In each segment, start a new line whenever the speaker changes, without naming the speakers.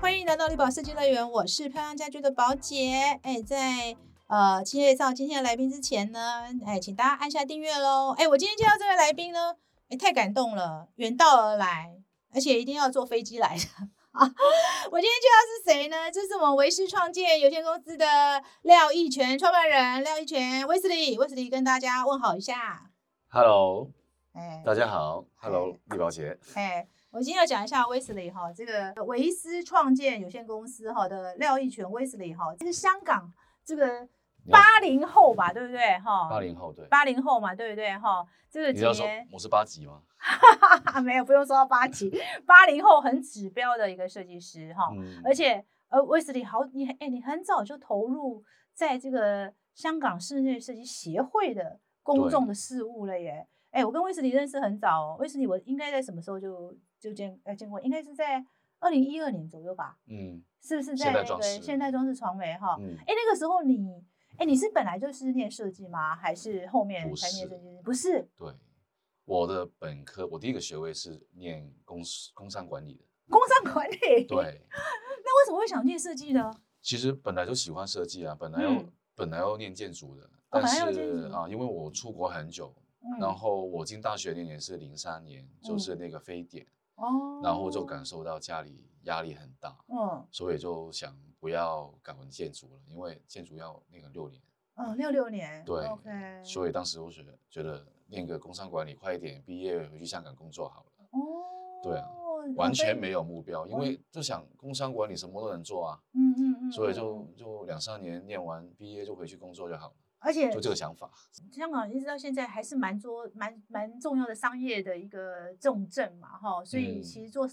欢迎来到绿宝设计乐园，我是漂亮家居的宝姐。哎，在呃介绍今天的来宾之前呢，哎，请大家按下订阅喽。哎，我今天介绍这位来宾呢，哎，太感动了，远道而来，而且一定要坐飞机来的。 我今天介绍是谁呢？这是我们维师创建有限公司的廖义全创办人廖义全威斯利，威斯利跟大家问好一下。
Hello，
哎，
大家好。Hello，绿宝姐。
哎，我今天要讲一下威斯利哈，这个维斯创建有限公司哈的廖义全威斯利哈，这是香港这个八零后吧，对不对哈？
八零后对，
八零后嘛，对不对哈？这个
你知道 说
节
我是八级吗？
没有不用说到八级，八零后很指标的一个设计师哈，
嗯
而且呃威斯利好你哎、你很早就投入在这个香港室内设计协会的公
对
众的事务了耶。哎、我跟威斯利认识很早哦，威斯利我应该在什么时候就就见呃见过，应该是在二零一二年左右吧，
嗯
是不是在
现代
那个
装饰
现代装饰传媒哈？
嗯，
哎、那个时候你哎、你是本来就是念设计吗？还是后面
不
才念
是
设计？不是
对，我的本科我第一个学位是念工司工商管理的。
工商管理，
对，
那为什么会想念设计呢？
其实本来就喜欢设计啊，本来要
嗯哦
本来要念建筑的，
本
但
来要建
是
筑
啊，因为我出国很久，
嗯，
然后我进大学那年是零三年，就是那个非典，
哦，
然后就感受到家里压力很大，
嗯
所以就想不要搞建筑了，因为建筑要那个六年。
嗯六六年
对
，OK，
所以当时我觉得觉得念个工商管理快一点，毕业回去香港工作好了，
哦，
对啊
哦，
完全没
有，
有目标，因为就想工商管理什么都能做啊，
嗯嗯嗯，
所以
嗯
就就两三年念完毕业就回去工作就好了，
而且
就这个想法。
香港一直到现在还是蛮多蛮蛮重要的商业的一个重镇嘛，哈，所以
嗯
其实做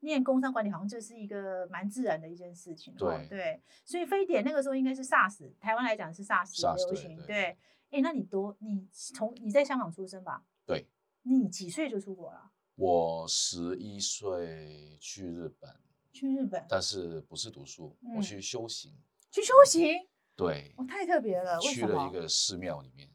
念工商管理好像就是一个蛮自然的一件事情哦，
对
对，所以非典那个时候应该是 SARS，台湾来讲是 SARS
SARS，
流
对
行，
对
对，哎，那你多你从你在香港出生吧？
对
你几岁就出国了？
我十一岁去日本，
去日本
但是不是读书，
嗯
我去修行，
去修行，
对，
我太特别了，为
去
什
了一
么？
个寺庙里面。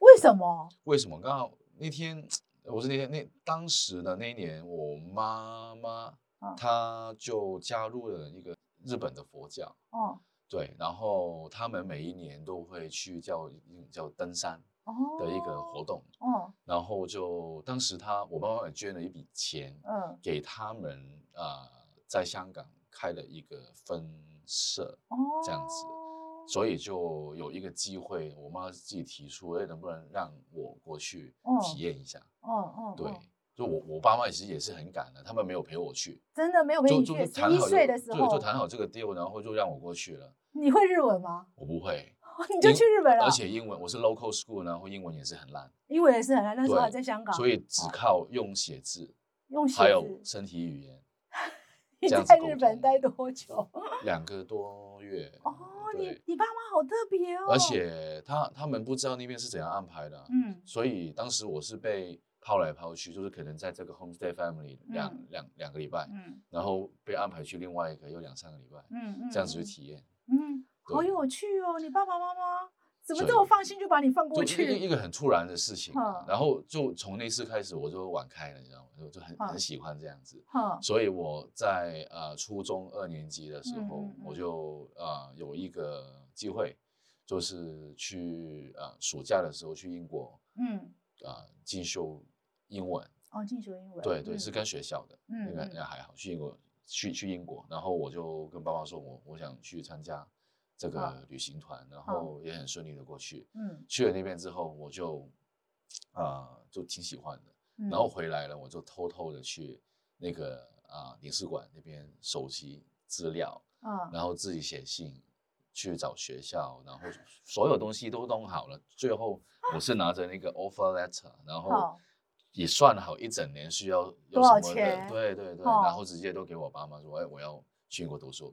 为什么？
为什么？刚好那天我是那天那当时的那一年，我妈妈
啊
她就加入了一个日本的佛教，
哦
对，然后他们每一年都会去叫一种叫登山
哦
的一个活动，
哦，
然后就当时她我妈妈也捐了一笔钱
嗯，
给他们啊、呃在香港开了一个分社，
哦，
这样子所以就有一个机会，我妈自己提出，哎，能不能让我过去
哦
体验一下？
哦哦，
对
哦，
就我我爸妈其实也是很赶的，他们没有陪我去，
真的没有跟
就
你
就
去。
是
十
谈
一
好
岁
有
的时
对，就
候，
谈好这个 deal，然后就让我过去了。
你会日文吗？
我不会，
你就
英
去日本了，
而且英文我是 local school，然后英文也是很烂，
英文也啊是很难，那时候
对
还在香港，
所以只
哦
靠用写字，
用写
还有
字。
身体语言，
你
这样
在
子沟
日本
通
待多 久？
两个多月。
哦，你
对，
你爸妈好特别哦，
而且他他们不知道那边是怎样安排的啊，
嗯
所以当时我是被抛来抛去，就是可能在这个 homestay family 两、
嗯
两两个礼拜，
嗯
然后被安排去另外一个有两三个礼拜，
嗯嗯，
这样子去
嗯
体验。
嗯，好
对
有趣哦，你爸爸妈妈怎么
所
这
以
么放心就把你放过
就一个一
去？
个很突然的事情啊、
嗯
然后就从那次开始我就玩开了，你知道吗？就就很
嗯
很喜欢这样子，
哈，
所以我在呃初中二年级的时候，
嗯嗯嗯
我就呃有一个机会，就是去呃暑假的时候去英国
嗯，
呃进修英文，
哦，进修英文，
对对，是
嗯
跟学校的，那个
嗯
那还好，去英国去去英国，然后我就跟爸爸说我我想去参加这
嗯
个旅行团，然后也很顺利的过去。
嗯
去了那边之后，我就啊、呃就挺喜欢的。
嗯，
然后回来了，我就偷偷的去那个啊、领事馆那边收集资料，
啊，
然后自己写信去找学校，然后所有东西都弄好了。最后我是拿着那个 offer letter，然后
好
也算好一整年需要有
多少
什么
钱
的，对对对，
哦
然后直接都给我爸妈说，哎，我要去英国读书，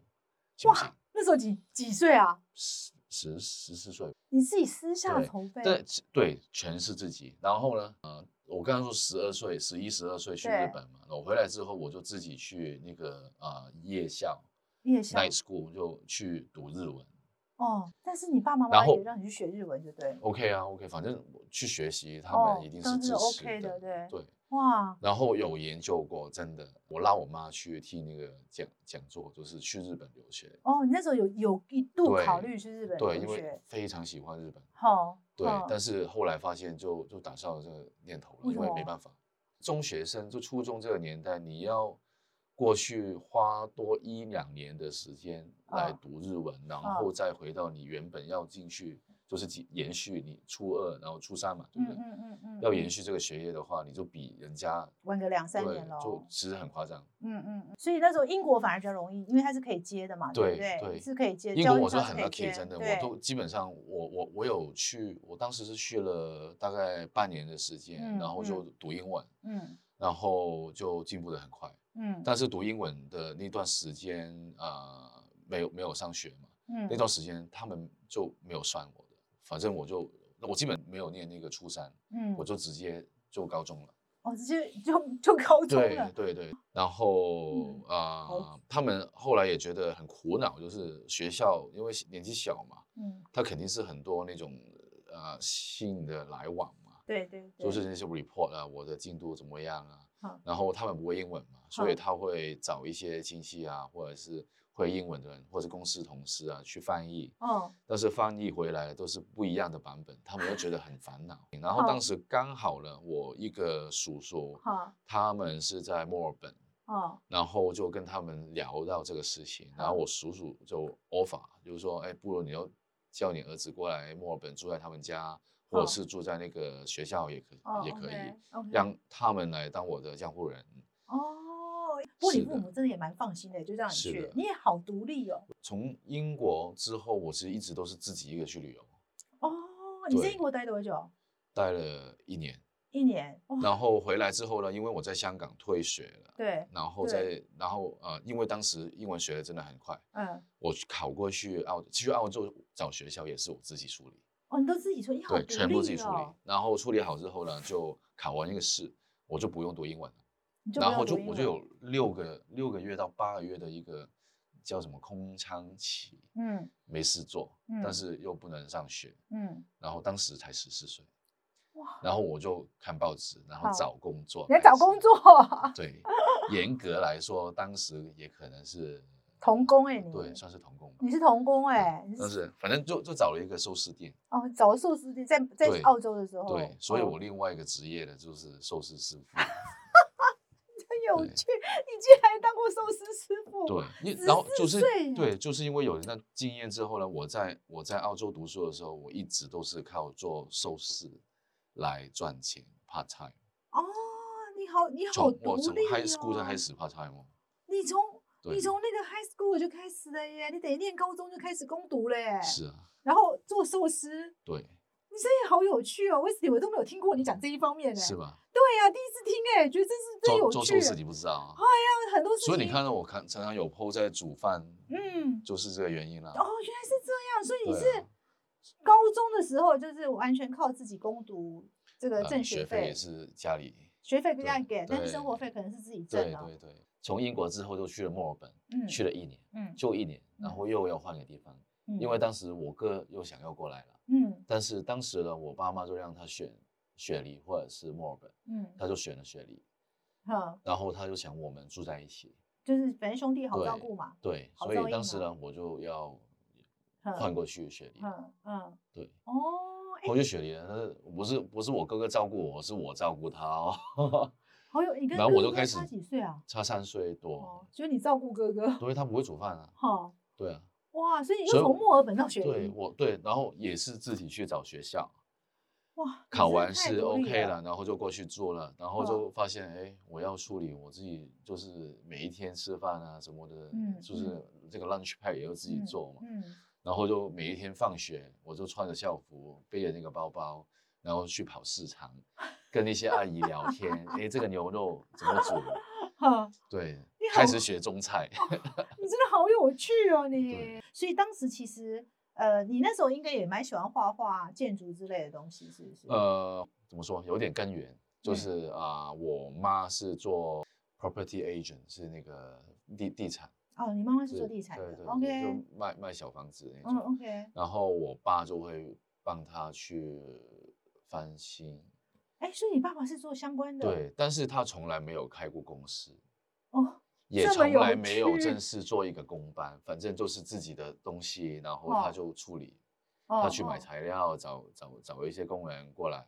行不行？
那时候几几岁啊？
十十十四岁
你自己私下
对
筹备，
对其对，全是自己。然后呢，呃，我刚刚说十二岁、十一、十二岁去
对
日本嘛，我回来之后我就自己去那个呃夜校
夜校
night school 就去读日文，
哦哦，但是你爸爸妈
然
妈
后
也让你去学日文，就对了。
OK 啊，OK，反正我去学习，他
哦
们一定
都
是
是
支
OK
持
的对
对。
哇，
然后有研究过，真的，我拉我妈去听那个讲讲座，就是去日本留学，
哦，你那时候有有一度
对
考虑去日本
对，因
留
为
学，
非常喜欢日本，
好，
对，
哦
但是后来发现就就打消了这个念头了，
为
因
什
为
么
没办法，中学生就初中这个年代，你要过去花多一两年的时间来
哦
读日文，然
哦
后再回到你原本要进去，就是继延续你初二，然后初三嘛，
嗯
对不对？
嗯嗯嗯，
要
嗯
延续这个学业的话，你就比人家
玩个两
对
三年，
就
喽。
其实很夸张。
嗯嗯，嗯所以那时候英国反而比较容易，因为它是可以接的嘛，不
对
对？
对
是可以接。
英
教
国
育
我是
上
很
可以
lucky，
接
真的，
对
我都基本上我我我有去，我当时是去了大概半年的时间，
嗯
然后就读英文，
嗯
然后就进步的很快。
嗯
但是读英文的那段时间，呃，没有没有上学嘛，
嗯
那段时间他们就没有算我的，反正我就我基本没有念那个初三，
嗯，
我就直接就高中了。
哦，直接就就高中
对
了，嗯
对对，然后啊、呃
好
他们后来也觉得很苦恼，就是学校因为年纪小嘛，
嗯，
他肯定是很多那种呃性的来往嘛，
对对对，
就是那些 report 啊，我的进度怎么样
好
啊？然后他们不会英文嘛，所以
好
他会找一些亲戚啊，或者是会英文的人，或者公司同事啊去翻译。
哦，
但是翻译回来都是不一样的版本，他们又觉得很 烦恼。然后
好
当时刚好呢，我一个叔叔，
好
他们是在墨尔本，
哦，
然后就跟他们聊到这个事情，然
好
后我叔叔就 offer，就是说，哎，不如你就叫你儿子过来墨尔本住在他们家，或
好
者是住在那个学校也可、
哦
也可以，
，OK，
让他们来当我的监护人。
哦，不过你
是
父
的
母真的也蛮放心的，就让你
是
去
的，
你也好独立哦。
从英国之后，我是一直都是自己一个去旅游，
哦，你在
对
英国待多久？
待了一年，
一年。哇，
然后回来之后呢，因为我在香港退学了，
对，
然后
对
再然后呃，因为当时英文学的真的很快，
嗯，
我去考过去澳去澳洲找学校也是我自己处理。
哦，你都自己处理，你好
对，
独
全部自己
立
处理
哦，。
然后处理好之后呢，就考完一个试，我就不用读英文了。
你就不
然
用
后
读
就
英
我就
文，
有六个六个月到八个月的一个叫什么空窗期，
嗯
没事做，
嗯
但是又不能上学。
嗯，
然后当时才十四岁，
哇，
然后我就看报纸，然后
好
找工作。
你在找工？作啊，
对，严格来说，当时也可能是
童工 欸你
对，算是童工 吧。
你是童工哎，你
但
是
是反正就就找了一个寿司店，
哦，找了硕士店在在
对
澳洲的时候，
对，所以
哦
我另外一个职业呢就是寿司师傅。
很有
对
趣，你竟然当过寿司师傅，
对，你然后就
14
是
岁啊
对，就是因为有那经验之后呢，我在我在澳洲读书的时候，我一直都是靠做寿司来赚钱，part time。
哦，你好，你好
从
独
我从
立
high school 就开
哦
始 part time 哦。
你从
对
你从那个 high school 就开始了耶，你得念高中就开始攻读了耶，
是啊，
然后做寿司，
对，
你这也好有趣哦，为什么我都没有听过你讲这一方面呢？
是吧？
对呀、第一次听哎，觉得真是真有
做
趣
做寿司你不知道啊，
啊，很多事情。
所以你，看到我看常常有 PO 在煮饭，
嗯，
就是这个原因啦。
哦，原来是这样，所以你
对啊
是高中的时候就是完全靠自己攻读这个
呃
挣
学
费
也，是家里。
学费不这样
对
给，但是
对
生活费可能是自己挣
对
的。
对对，从英国之后就去了墨尔本，
哦嗯，
去了一年，
嗯，
就一年，然
嗯
后又要换个地方。
嗯
因为当时我哥又想要过来了，
嗯
但是当时呢，我爸妈就让他选雪梨或者是墨尔本，
嗯，
他就选了雪梨，
好，
然后他就想我们住在一起，
就是反正兄弟好照
对
顾嘛。
对，
好
所
照
以
应
当时
啊
呢，我就要
嗯
换过去雪梨，
嗯嗯，
对，
哦，哎，
过去雪梨了，但是不是不是我哥哥照顾我，是我照顾他哦，
好有，你跟
然后我
哥
就
哥
开始
差几岁啊？
差三岁多
哦，，就是你照顾哥哥，
因为他不会煮饭啊，
哈，
对啊，
哇，所以你又
所以
从
我
墨尔本到雪
对
梨，
我对，然后也是自己去找学校，
哇，你
考
真的
完
太
试
独立
OK 了，然后就过去做了，然后
嗯
就发现，哎、我要处理我自己，就是每一天吃饭啊什么的，
嗯
就是这个 lunch pack 也要自己
嗯
做嘛。
嗯，
然后就每一天放学，我就穿着校服，背着那个包包，然后去跑市场，跟那些阿姨聊天，哎，这个牛肉怎么煮？
哈，
对
你，
开
好
始学中菜。
你真的好有趣哦，你
对。
所以当时其实，呃，你那时候应该也蛮喜欢画画、建筑之类的东西，是不是？
呃，怎么说，有点根源，就
嗯
是啊、我妈是做 property agent，是那个地地产。
哦，你妈妈是
对
做地产
对
的
对
，OK，
就卖卖小房子那
嗯
种。
，OK，
然后我爸就会帮他去翻新，
哎，所以你爸爸是做相关的，，
对，但是他从来没有开过公司，
哦，
也
这么
从
有
来没有
趣
正式做一个公班，反正就是自己的东西，然后他
哦
就处理，
哦
他去买
哦
材料，找找找一些工人过来，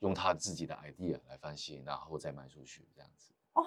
用他自己的 idea 来翻新，然后再卖出去这样子。
哦，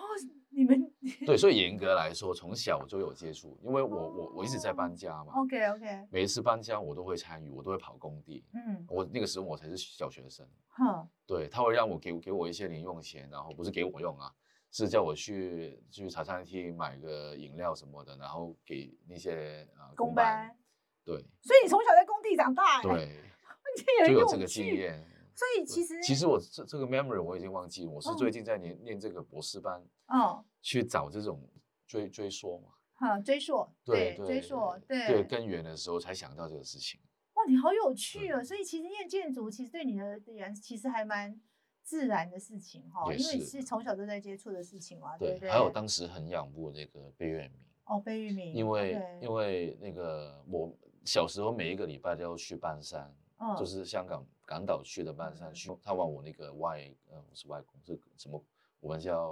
你们
对，所以严格来说，从小就有接触，因为我我我一直在搬家嘛，
OK OK，
每一次搬家我都会参与，我都会跑工地。
嗯，
我那个时候我才是小学生，
哼，
对他会让我给给我一些零用钱，然后不是给我用啊，是叫我去去茶餐厅买个饮料什么的，然后给那些啊、呃、
工
班
班，，
对
所以你从小在工地长大，，哎
对，
这
就
也
有
有
这个经。验。
所以
对
其实
其实我这这个 memory 我已经忘记了，我是
嗯
最近在念、念这个博士班，
嗯，
去找这种追追溯嘛，
哼，追溯，
对
追溯，
对
对
根源的时候才想到这个事情。
哇，你好有趣哦！
对
所以其实念建筑，其实对你的人其实还蛮自然的事情哈、
也
因为你
是
是从小都在接触的事情嘛，对
对，
不对？
还有当时很仰慕那个贝聿铭，
哦，贝聿铭，
因为因
为
为那个我小时候每一个礼拜都要去半山，
嗯
就是香港港岛区的半
嗯
山去探望我那个外，呃，我是外公，是什么？我们叫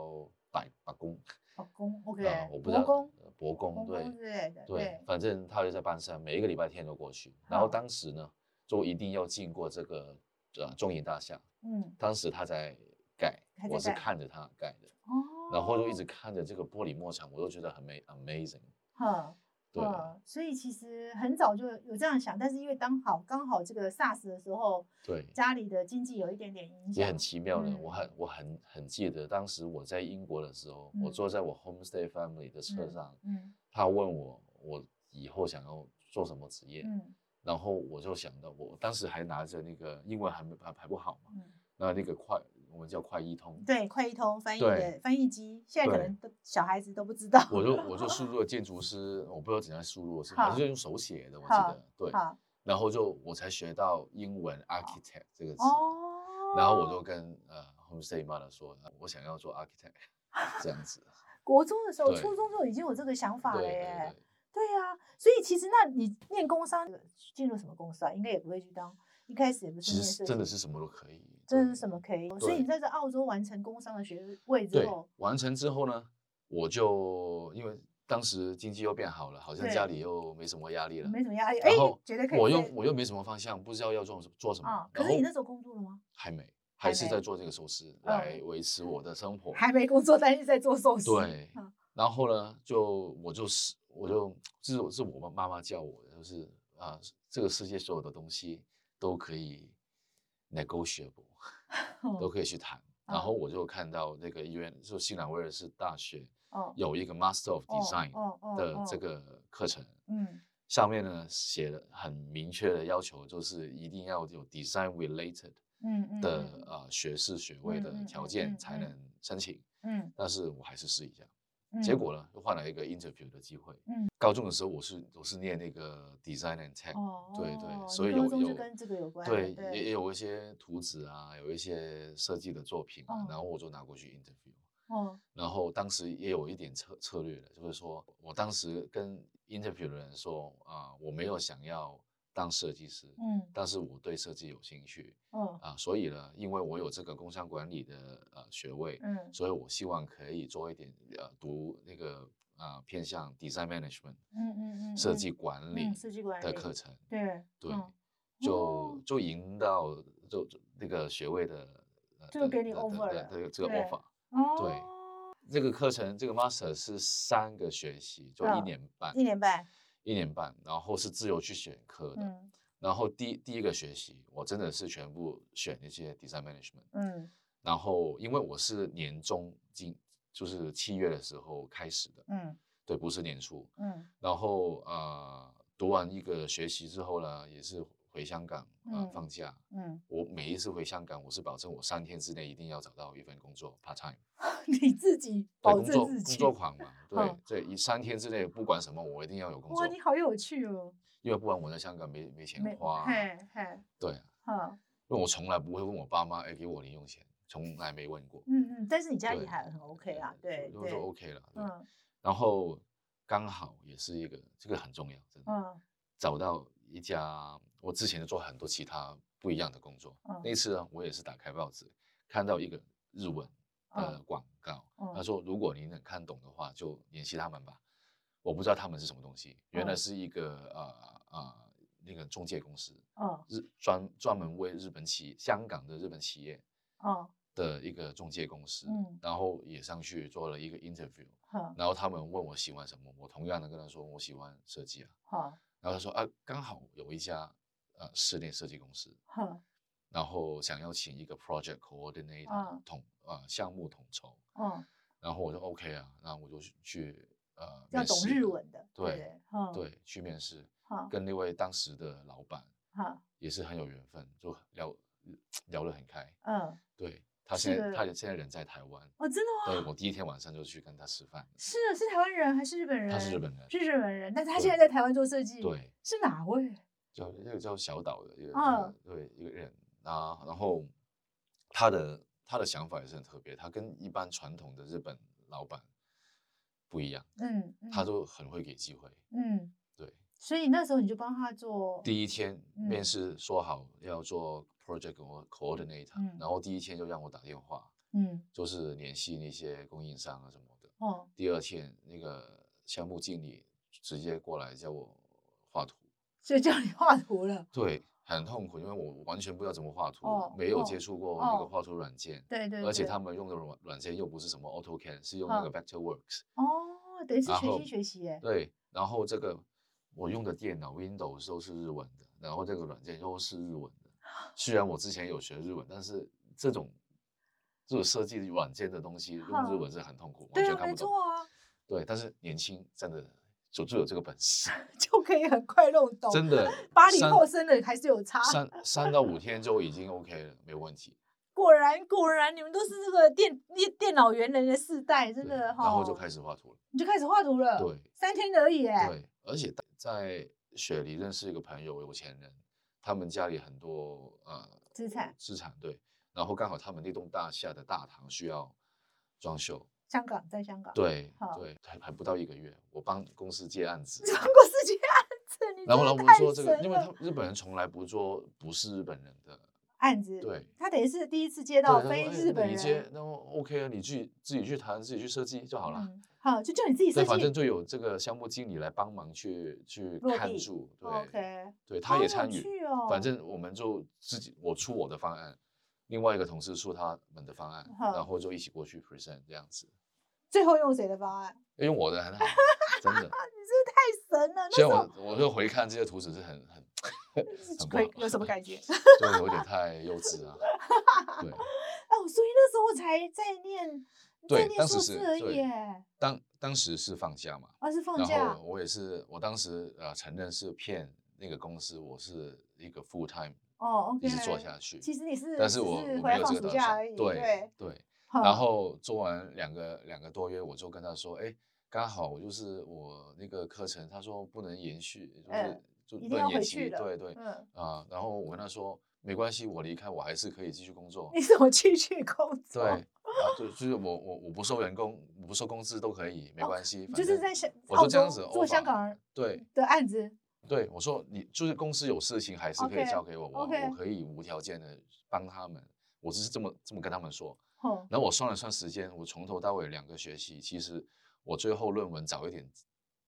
伯伯公
哦公，OK，
啊，我不
国
知道
公，
呃伯公
公公
对
之类的，
对，反正他就在半山，每一个礼拜天都过去。然
好
后当时呢，就一定要经过这个呃中银大厦，
嗯，
当时他在盖
还，在
我是
盖
看着他盖的，
哦，
然后就一直，看着这个玻璃幕墙，我都觉得很 ama- amazing。
哼。
对，
嗯，所以其实很早就有这样想，但是因为刚好刚好这个 SARS 的时候，
对
家里的经济有一点点影响，
也很奇妙的。我很
嗯
我很很记得，当时我在英国的时候，我
嗯
坐在我 homestay family 的车
嗯
上，
嗯
他问我我以后想要做什么职业，
嗯
然后我就想到我当时还拿着那个英文还没还还不好嘛，
嗯，
那那个快我们叫快译通，
对，快译通翻译
对
的翻译机，现在可
对
能都小孩子都不知道。
我就我就输入了建筑师，我不知道怎样输入，是
好
好像是用手写的，我记
好
得对，
好
然后就我才学到英文 architect 这个词。
哦，
然后我就跟呃 homestay mother 说，呃我想要做 architect，这样子。
国中的时候，
对
初中就已经有这个想法
对
了
对
耶
对。，
对呀、所以其实那你念工商进入什么公司啊？应该也不会去当，一开始也不是
其
念
实
设
真的
计，
是什么都可以。
真
对
的是什么可以。所以你在这澳洲完成工商的学位之
对
后，，
完成之后呢，我就因为当时经济又变好了，好像
对
家里又没什么压力了，
没什么压力，哎
然后，
觉得可以。
我又我又没什么方向，不知道要做什做什么。
啊，可
然
是你
后
那时候工作了吗？
还没，
还
还是在
没
做这个寿司
嗯
来维持我的生活。
还没工作，但是在做寿司。
对
嗯，
然后呢，就我就是我就是我是我妈妈妈教我的，就是啊，这个世界所有的东西都可以 negotiable，都可以去谈。然
哦嗯
后我就看到那个医院，就新南威尔士大学
哦
有一个 Master of
哦
Design
哦哦
的这
哦
个课程，
嗯，
上面呢写了很明确的要求，就是一定要有 design related
嗯嗯
的
嗯
啊学士学位
嗯
的
嗯
条
嗯
件
嗯
才
嗯
能申请。
嗯
但是我还是试一下。
嗯，
结果呢，又换来一个 interview 的机会。
嗯，
高中的时候我是我是念那个 design and tech，、
哦，
对对，
你
所以
高
有
中就
有
跟这个有关了，
对也也
对，
有一些图纸啊，有一些设计的作品啊，
哦
然后我就拿过去 interview。
哦，
然后当时也有一点策策略的，就是说我当时跟 interview 的人说啊、我没有想要当设计师，
嗯
但是我对设计有兴趣
哦，
啊、所以呢，因为我有这个工商管理的呃学位，
嗯
所以我希望可以做一点呃读那个呃偏向 design management
嗯嗯嗯，
设
嗯
计管理
嗯设计管
的
理
课程，
对
对，
嗯
就
哦
就赢到就就那个学位的，呃
就
的
给你
的
offer
的
了
的的这个
对
offer，对
哦，，
这个课程这个 master 是三个学期，就一
嗯
年半，
一年半，
一年半，然后是自由去选课的，
嗯
然后第第一个学期我真的是全部选一些 design management。
嗯
然后因为我是年中进，就是七月的时候开始的，
嗯
对，不是年初。
嗯
然后呃，读完一个学期之后呢，也是回香港啊、呃
嗯
放假。
嗯，
我每一次回香港，我是保证我三天之内一定要找到一份工作，part time，
你自己
对，
保
工作
证
工
自己，
作狂嘛，对
嗯，
这一三天之内不管什么，我一定要有工
哇，
作，
你好有趣哦，
因为不然我在香港没没钱
没
花，
嘿嘿，
对啊，
好，
因为我从来不会问我爸妈，哎，给我零用钱，从来没问过，
嗯嗯，但是你家里
对
还很 OK 啊，对
就就
对，
OK 了，对。
嗯
然后刚好也是一个这个很重要，真的、
嗯
找到一家我之前做很多其他不一样的工作，
嗯
那一次呢，我也是打开报纸看到一个日文的
嗯
广告，他
嗯
说如果你能看懂的话，就联系他们吧。我不知道他们是什么东西，原来
嗯
是一个呃呃那个中介公司，
嗯
日专专门为日本企香港的日本企业
嗯
的一个中介公司，
嗯
然后也上去做了一个 interview，
好
然后他们问我喜欢什么，我同样的跟他说我喜欢设计啊，
好
然后他说啊刚好有一家呃室内设计公司，
好
然后想要请一个 project coordinator、
嗯
统呃项目统筹，
嗯，
然后我就 OK 啊，那我就去去呃
要
面
懂
试
日
了
文的，
对
对不，嗯
对，去面试，
好
跟那位当时的老板
好
也是很有缘分，就聊聊得很开。
嗯，
对他现在
是
他现在人在台湾，
哦，真的
对
吗？
我第一天晚上就去跟他吃饭，
是是台湾人还是日本人？
他是日本人，
是日本人，但是他
对
现在在台湾做设计，，
对，
是哪位？
叫那个叫小岛的一个、
嗯
对一个人啊，然后他的他的想法也是很特别，他跟一般传统的日本老板不一样，
嗯，
他
嗯
都很会给机会，
嗯，
对，
所以那时候你就帮他做，
第一天
嗯
面试说好要做 project co- coordinator，、
嗯
然后第一天就让我打电话，
嗯，
就是联系那些供应商啊什么的。
哦，
第二天那个项目经理直接过来叫我画图，
所以叫你画图了，
对，很痛苦，因为我完全不知道怎么画图，
哦
没有
哦
接触过那个
哦
画图软件。
对对，
而且
对嗯
他们用的软软件又不是什么 AutoCAD，是用那个 Vectorworks。
哦，等于是
然
全
后
心学习耶，
对，然后这个我用的电脑 Windows 都是日文的，然后这个软件都是日文的。
啊
虽然我之前有学日文，但是这种这种设计软件的东西用日
哼
文是很痛苦，完
对
全
啊，
看
没
不懂。
错啊，
对，但是年轻真的就就有这个本事，
就可以很快弄懂，。
真的
八零
三
后生的还是有差，
三三到五天就已经 OK 了，没有问题。
果然果然你们都是这个电电电脑猿人的世代，真
对
的哈，
然后就开始画图了。
你就开始画图了，
对，
三天而已哎，
对，而且在在雪梨认识一个朋友，有钱人，他们家里很多呃
资产
资产对，然后刚好他们那栋大厦的大堂需要装修，
香港在香港，，
对
好，
对，还还不到一个月，我帮公司接案 子
中国世界案子，你
然后呢，
真的
我们
太
说这个，
神
因为
了
他日本人从来不做不是日本人 的。
案子，
对
他等于是第一次接
对，他
到
说
非
哎
日
那
本
你接
人，，
那 OK 啊，你去自己去谈，自己去设计就好了。
嗯，好，就叫你自己设
对，反正
计
就有这个项目经理来帮忙去去
落
看
地
住，对
，OK，
对他
好有
也参与
趣，哦
反正我们就自己我出我的方案，另外一个同事出他们的方案，
好
然后就一起过去 present 这样子。
最后用谁的方案？
因为我的很好，真 的。
你真的太神了，那
虽
时候
然我我就回看这些图纸是很很很不
可以
好
有什么感觉？
就有点太幼稚 啊。对
哦，所以那时候我才在念，在
对，
念
当时
硕
是
士而已
对
耶，
当当时是放假嘛，
哦，是放
然
假
后，我也是我当时呃承认是骗那个公司，我是一个 full time
哦，OK，
一直做下去。
其实你是，
但
只
是
是
我我
回来
没有
放
这个
暑
打
假
算
而已，，
对
对，
对。
好
然后做完两个两个多月，我就跟他说，哎，刚好我就是我那个课程，他说不能延续，就是
嗯
就
一
不
定要
能
回
延
去
期，
了
对对
嗯，
啊。然后我跟他说没关系，我离开我还是可以继续工作
你，怎么去去工
对
作？
啊，就就是我我我不收人工，我不收工资都可以，没
哦
关系，
你
反
就是
正
在香
我
澳
就这样
洲
子
做
offer
香港人
对
的案子，
对，我说你就是公司有事情还是可
OK，
以交给我，我
OK
我可以无条件的帮他们，我只是这么这么跟他们说。
哦，
然后我算了算时间，我从头到尾两个学期，其实我最后论文早一点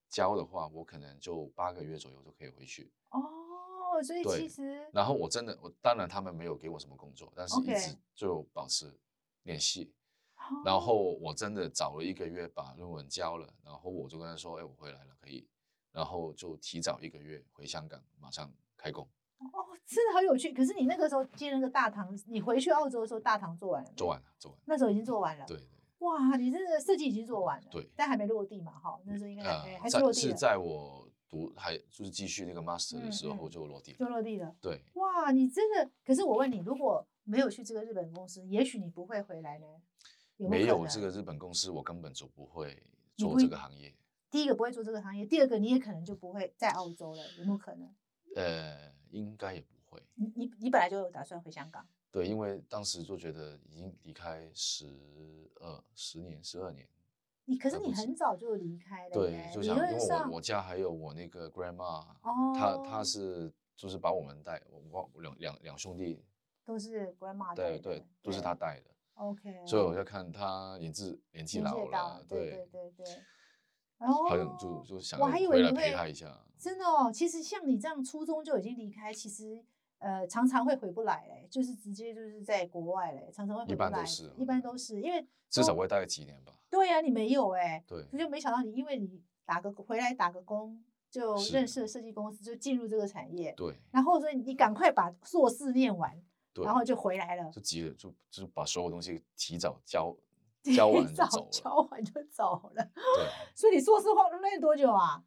交的话，我可能就八个月左右就可以回去。
哦，所以
对
其实，
然后我真的，我当然他们没有给我什么工作，但是一
OK
直就保持联系。
哦
然后我真的找了一个月把论文交了，然后我就跟他说：“哎，我回来了，可以。”然后就提早一个月回香港，马上开工，
哦，真的好有趣。可是你那个时候接那个大堂，你回去澳洲的时候，大堂做完了，
做，完了，做完了。
那时候已经做完了。
对，对
哇，你这个设计已经做完了，
对
但还没落地嘛，哈，那时候应该还哎
呃，
还是落
在
地
是
了，
在我读还就是继续那个 master 的
嗯
时候
嗯
就落地了。
就落地了。
对，
哇，你真的，可是我问你，如果没有去这个日本公司，也许你不会回来呢？有
没
有可
有
能
这个日本公司，我根本就不会
你
做
不
这
一
个行业。
第一个不会做这个行业，第二个你也可能就不会在澳洲了，有没有可能？
呃，应该也不会。
你你你本来就有打算回香港，
对，呃因为当时就觉得已经离开十二十年、十二年，
你可是
而
你
呃不是
很早就离开了耶，
对，就
理
像因为
论
我
上
我家还有我那个 grandma，、
哦，
她她是就是把我们带，我我我两两两兄弟，
都是 grandma 带
对
的
对，都是她带的，
OK，
所以我就看她年纪年纪
理
老
解到
了，
对
对
对对，
好像就
哦
就想
我
要
还以
回
为
来
你
陪
会
她一下，
真的哦，其实像你这样初中就已经离开，其实呃常常会回不来嘞，就是直接就是在国外嘞，常常会回
一
不
般都
来，
是啊
一般都是因为
至少我会待个几年吧，
对呀、你没有哎、
对
可，就没想到你因为你打个回来打个工，就是认
啊
识了设计公司，就进入这个产业，
对
然后所以你赶快把硕士念完，
对，
然后就回来了，
就急了，就就把所有东西提早 交交完就
早
走了，
交完就走了。
对。
所以你硕士花了那多久啊？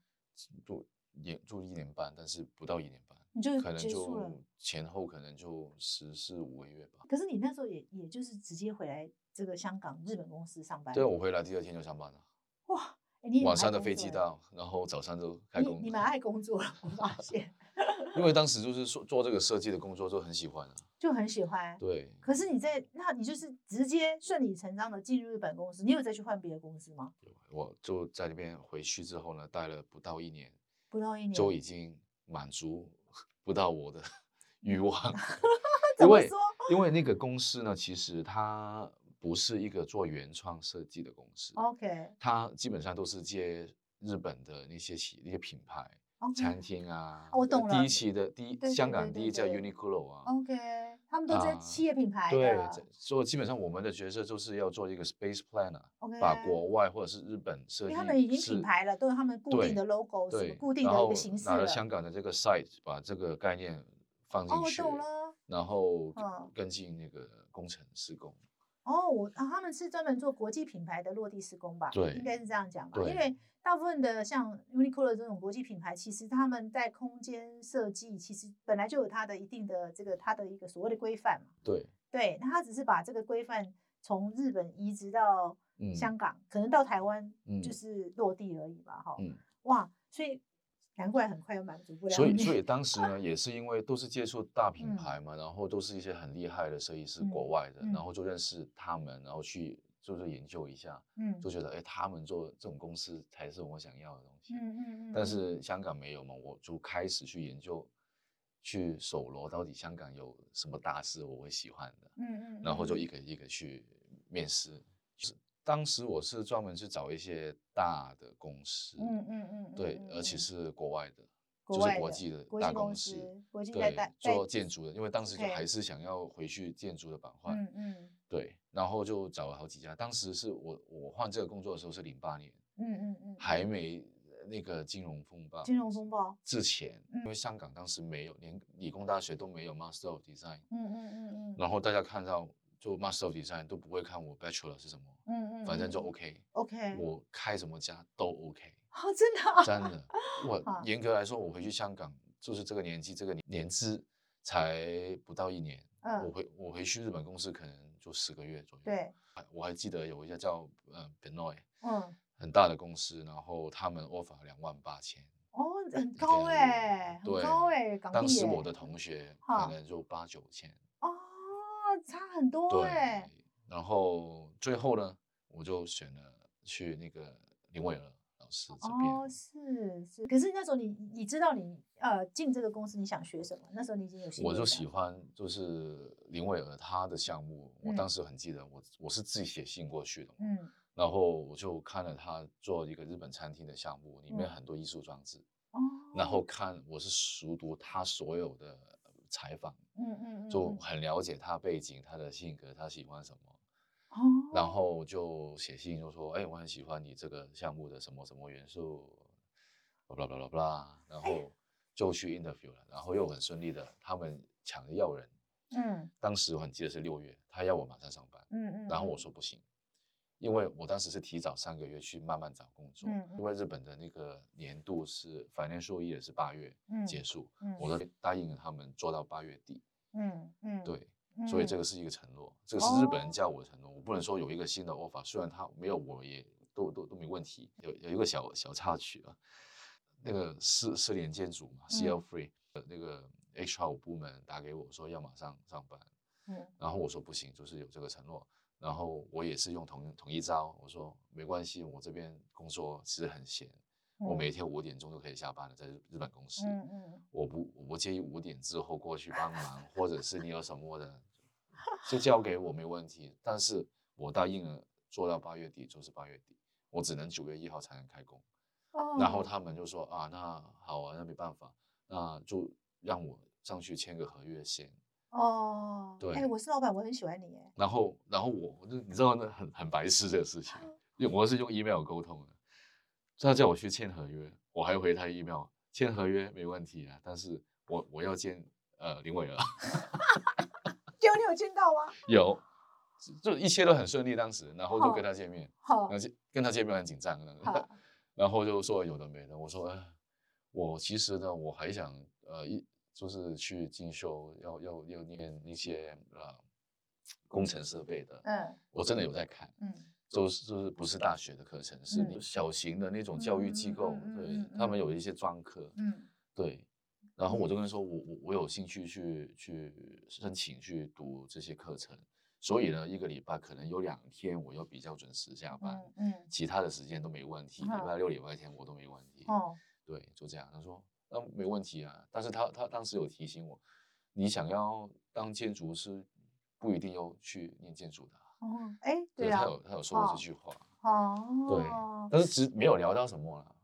住也住一年半，但是不到一年半，
你就
可能
结束了
就前后可能就十四五个月吧。
可是你那时候也也就是直接回来这个香港、日本公司上班。
对啊，我回来第二天就上班了，
哇，诶哎你也
晚
蛮爱
上的
工
飞
作
机
的，
到，然后早上就开
你
工
你蛮
了。
爱工作了，我发现
因为当时就是说做这个设计的工作就很喜欢 啊，
就很喜欢。
对，
可是你在那，你就是直接顺理成章的进入日本公司，你有再去换别的公司吗？
我就在那边回去之后呢，待了不到一年，
不到一年，。
就已经满足不到我的 欲望
怎
因
么
为
说？
因为那个公司呢，其实它不是一个做原创设计的公司
哦 OK
它基本上都是接日本的那些企那些品牌、餐
OK
厅啊。
哦我懂
第
了
一期的第一
对
香
对
港
对
第
对
一叫
对
Uniqlo 啊。
OK，他们都在
啊
企业品牌的，啊
对，这所以基本上我们的角色就是要做一个 space planner，
OK，
把国外或者是日本
因
设
为
计，
他们已经品牌了，都有他们固定的 logo，什么
对，
固定
然
的一
后
个形式
拿
了
了。香港的这个 site，把这个概念放
哦，
进
我
去，
懂了。
然后
嗯
跟进那个工程施工。
哦，我啊，他们是专门做国际品牌的落地施工吧？
对
应该是这样讲吧。因
对
为大部分的像 Uniqlo 这种国际品牌，其实他们在空间设计其实本来就有它的一定的这个它的一个所谓的规范嘛。
对，
对，那它只是把这个规范从日本移植到
嗯
香港，可能到台湾
嗯
就是落地而已吧，哈、
嗯，
哇，所以难怪很快又满足不了
所以
你
所以当时呢，也是因为都是接触大
嗯
品牌嘛，然后都是一些很厉害的设计师，
嗯
国外的，
嗯
然后就认识他们，然后去就是研究一下，
嗯
就觉得哎，他们做这种公司才是我想要的东西。
嗯嗯嗯，
但
嗯
是香港没有嘛，我就开始去研究，去搜罗到底香港有什么大师我会喜欢的，
嗯嗯，嗯
然后就
嗯
一个一个去面试。就是当时我是专门去找一些大的公司，
嗯嗯嗯，
对
嗯，
而且
嗯
是国外的，
国
就
外
是国
的
际的
国
大
际公
公
司
司，
国际在
对
大在
做建筑的，因为当时就
OK
还是想要回去建筑的板块，
嗯嗯
对，然后就找了好几家。当时是我我换这个工作的时候是零八年，
嗯嗯嗯，
还没那个金融风暴，
金融嗯风暴，
之前，因为香港当时没有，连理工大学都没有 Master of Design，
嗯嗯嗯嗯，
然后大家看到就 Master of Design 都不会看我 Bachelor 是什么，
嗯嗯，
反正就
嗯
OK，
OK，
我开什么家都 OK。
哦，真的啊，
真的，我
好
严格来说，我回去香港就是这个年纪，这个年资才不到一年。
嗯
我回我回去日本公司可能就十个月左右。
对，
还，我还记得有一家叫呃 Benoy
嗯，
很大的公司，然后他们 offer 两万八千。
哦，很
一
高
个月
哎，很
对
高哎，港币
当时
耶
我的同学
哈
可能就八九千。
哦，差很多
对
哎，，
然后最后呢，我就选了去那个林伟乐老师这边。
哦，是是，可是那时候你你知道你呃进这个公司你想学什么？那时候你已经有心
我
里
就
想
喜欢就是林伟尔他的项目，我
嗯
当时很记得，我我是自己写信过去的嘛，
嗯
然后我就看了他做一个日本餐厅的项目，里面
嗯
很多艺术装置，
哦，
然后看我是熟读他所有的呃采访，
嗯嗯嗯，
就
嗯
很了解他背景、他的性格、他喜欢什么，
哦，
然后就写信就说，哎，我很喜欢你这个项目的什么什么元素，巴拉巴拉巴拉，
哎
然后就去 interview 了，然后又很顺利的，他们抢着要人。
嗯
当时我很记得是六月，他要我马上上班，
嗯嗯，
然后我
嗯
说不行，因为我当时是提早三个月去慢慢找工作，
嗯嗯
因为日本的那个年度是 financial year 是八月
嗯
结束，
嗯
我都答应了他们做到八月底，
嗯嗯，
对，所以
嗯
这个是一个承诺，这个是日本
哦
人教我的承诺，我不能说有一个新的 offer，虽然他没有我也都都都没问题，有有一个小小插曲啊，那个四四联建筑嘛，CL
嗯
Free、呃那个 HR 部门打给我说要马上上班。
嗯
然后我说不行，就是有这个承诺。然后我也是用同同一招，我说没关系，我这边工作其实很闲，我每天五点钟就可以下班了，在日日本公司，
嗯嗯，
我不我不介意五点之后过去帮忙，或者是你有什么的，就交给我没问题。但是我答应了做到八月底，就是八月底，我只能九月一号才能开工。
哦
然后他们就说啊，那好啊，那没办法，那就让我上去签个合约先。
哦，
对
哎，我是老板，我很喜欢你耶，
然后，然后我我就你知道那很很白痴这个事情，
嗯
因为我是用 email 沟通的，他叫我去签合约，我还回他 email 签合约没问题啊，但是我我要见呃林伟儿，
结果你有见到啊吗？
有，就一切都很顺利当时，然后就跟他见面，
好
然后见跟他见面很紧张的，
好，
然后就说有的没的，我说，哎我其实呢，我还想呃一就是去进修，要要要念一些呃工程设备的，
嗯
我真的有在看。
嗯
就是就是不是大学的课程，是
嗯
你小型的那种教育机构，
嗯嗯嗯
对、
嗯嗯
他
嗯
们有一些专科，
嗯
对。然后我就跟他说，我我我有兴趣去去申请去读这些课程，所以呢，一个礼拜可能有两天我要比较准时下班，
嗯嗯，
其他的时间都没问题，礼
嗯
拜六、礼拜天我都没问题。
哦，
对，就这样。他说那没问题啊，但是他他当时有提醒我，你想要当建筑师，不一定要去念建筑的啊。
哦，哎，
对
对啊
他，有他有说过
哦
这句话。
哦，
但是只没有聊到什么了。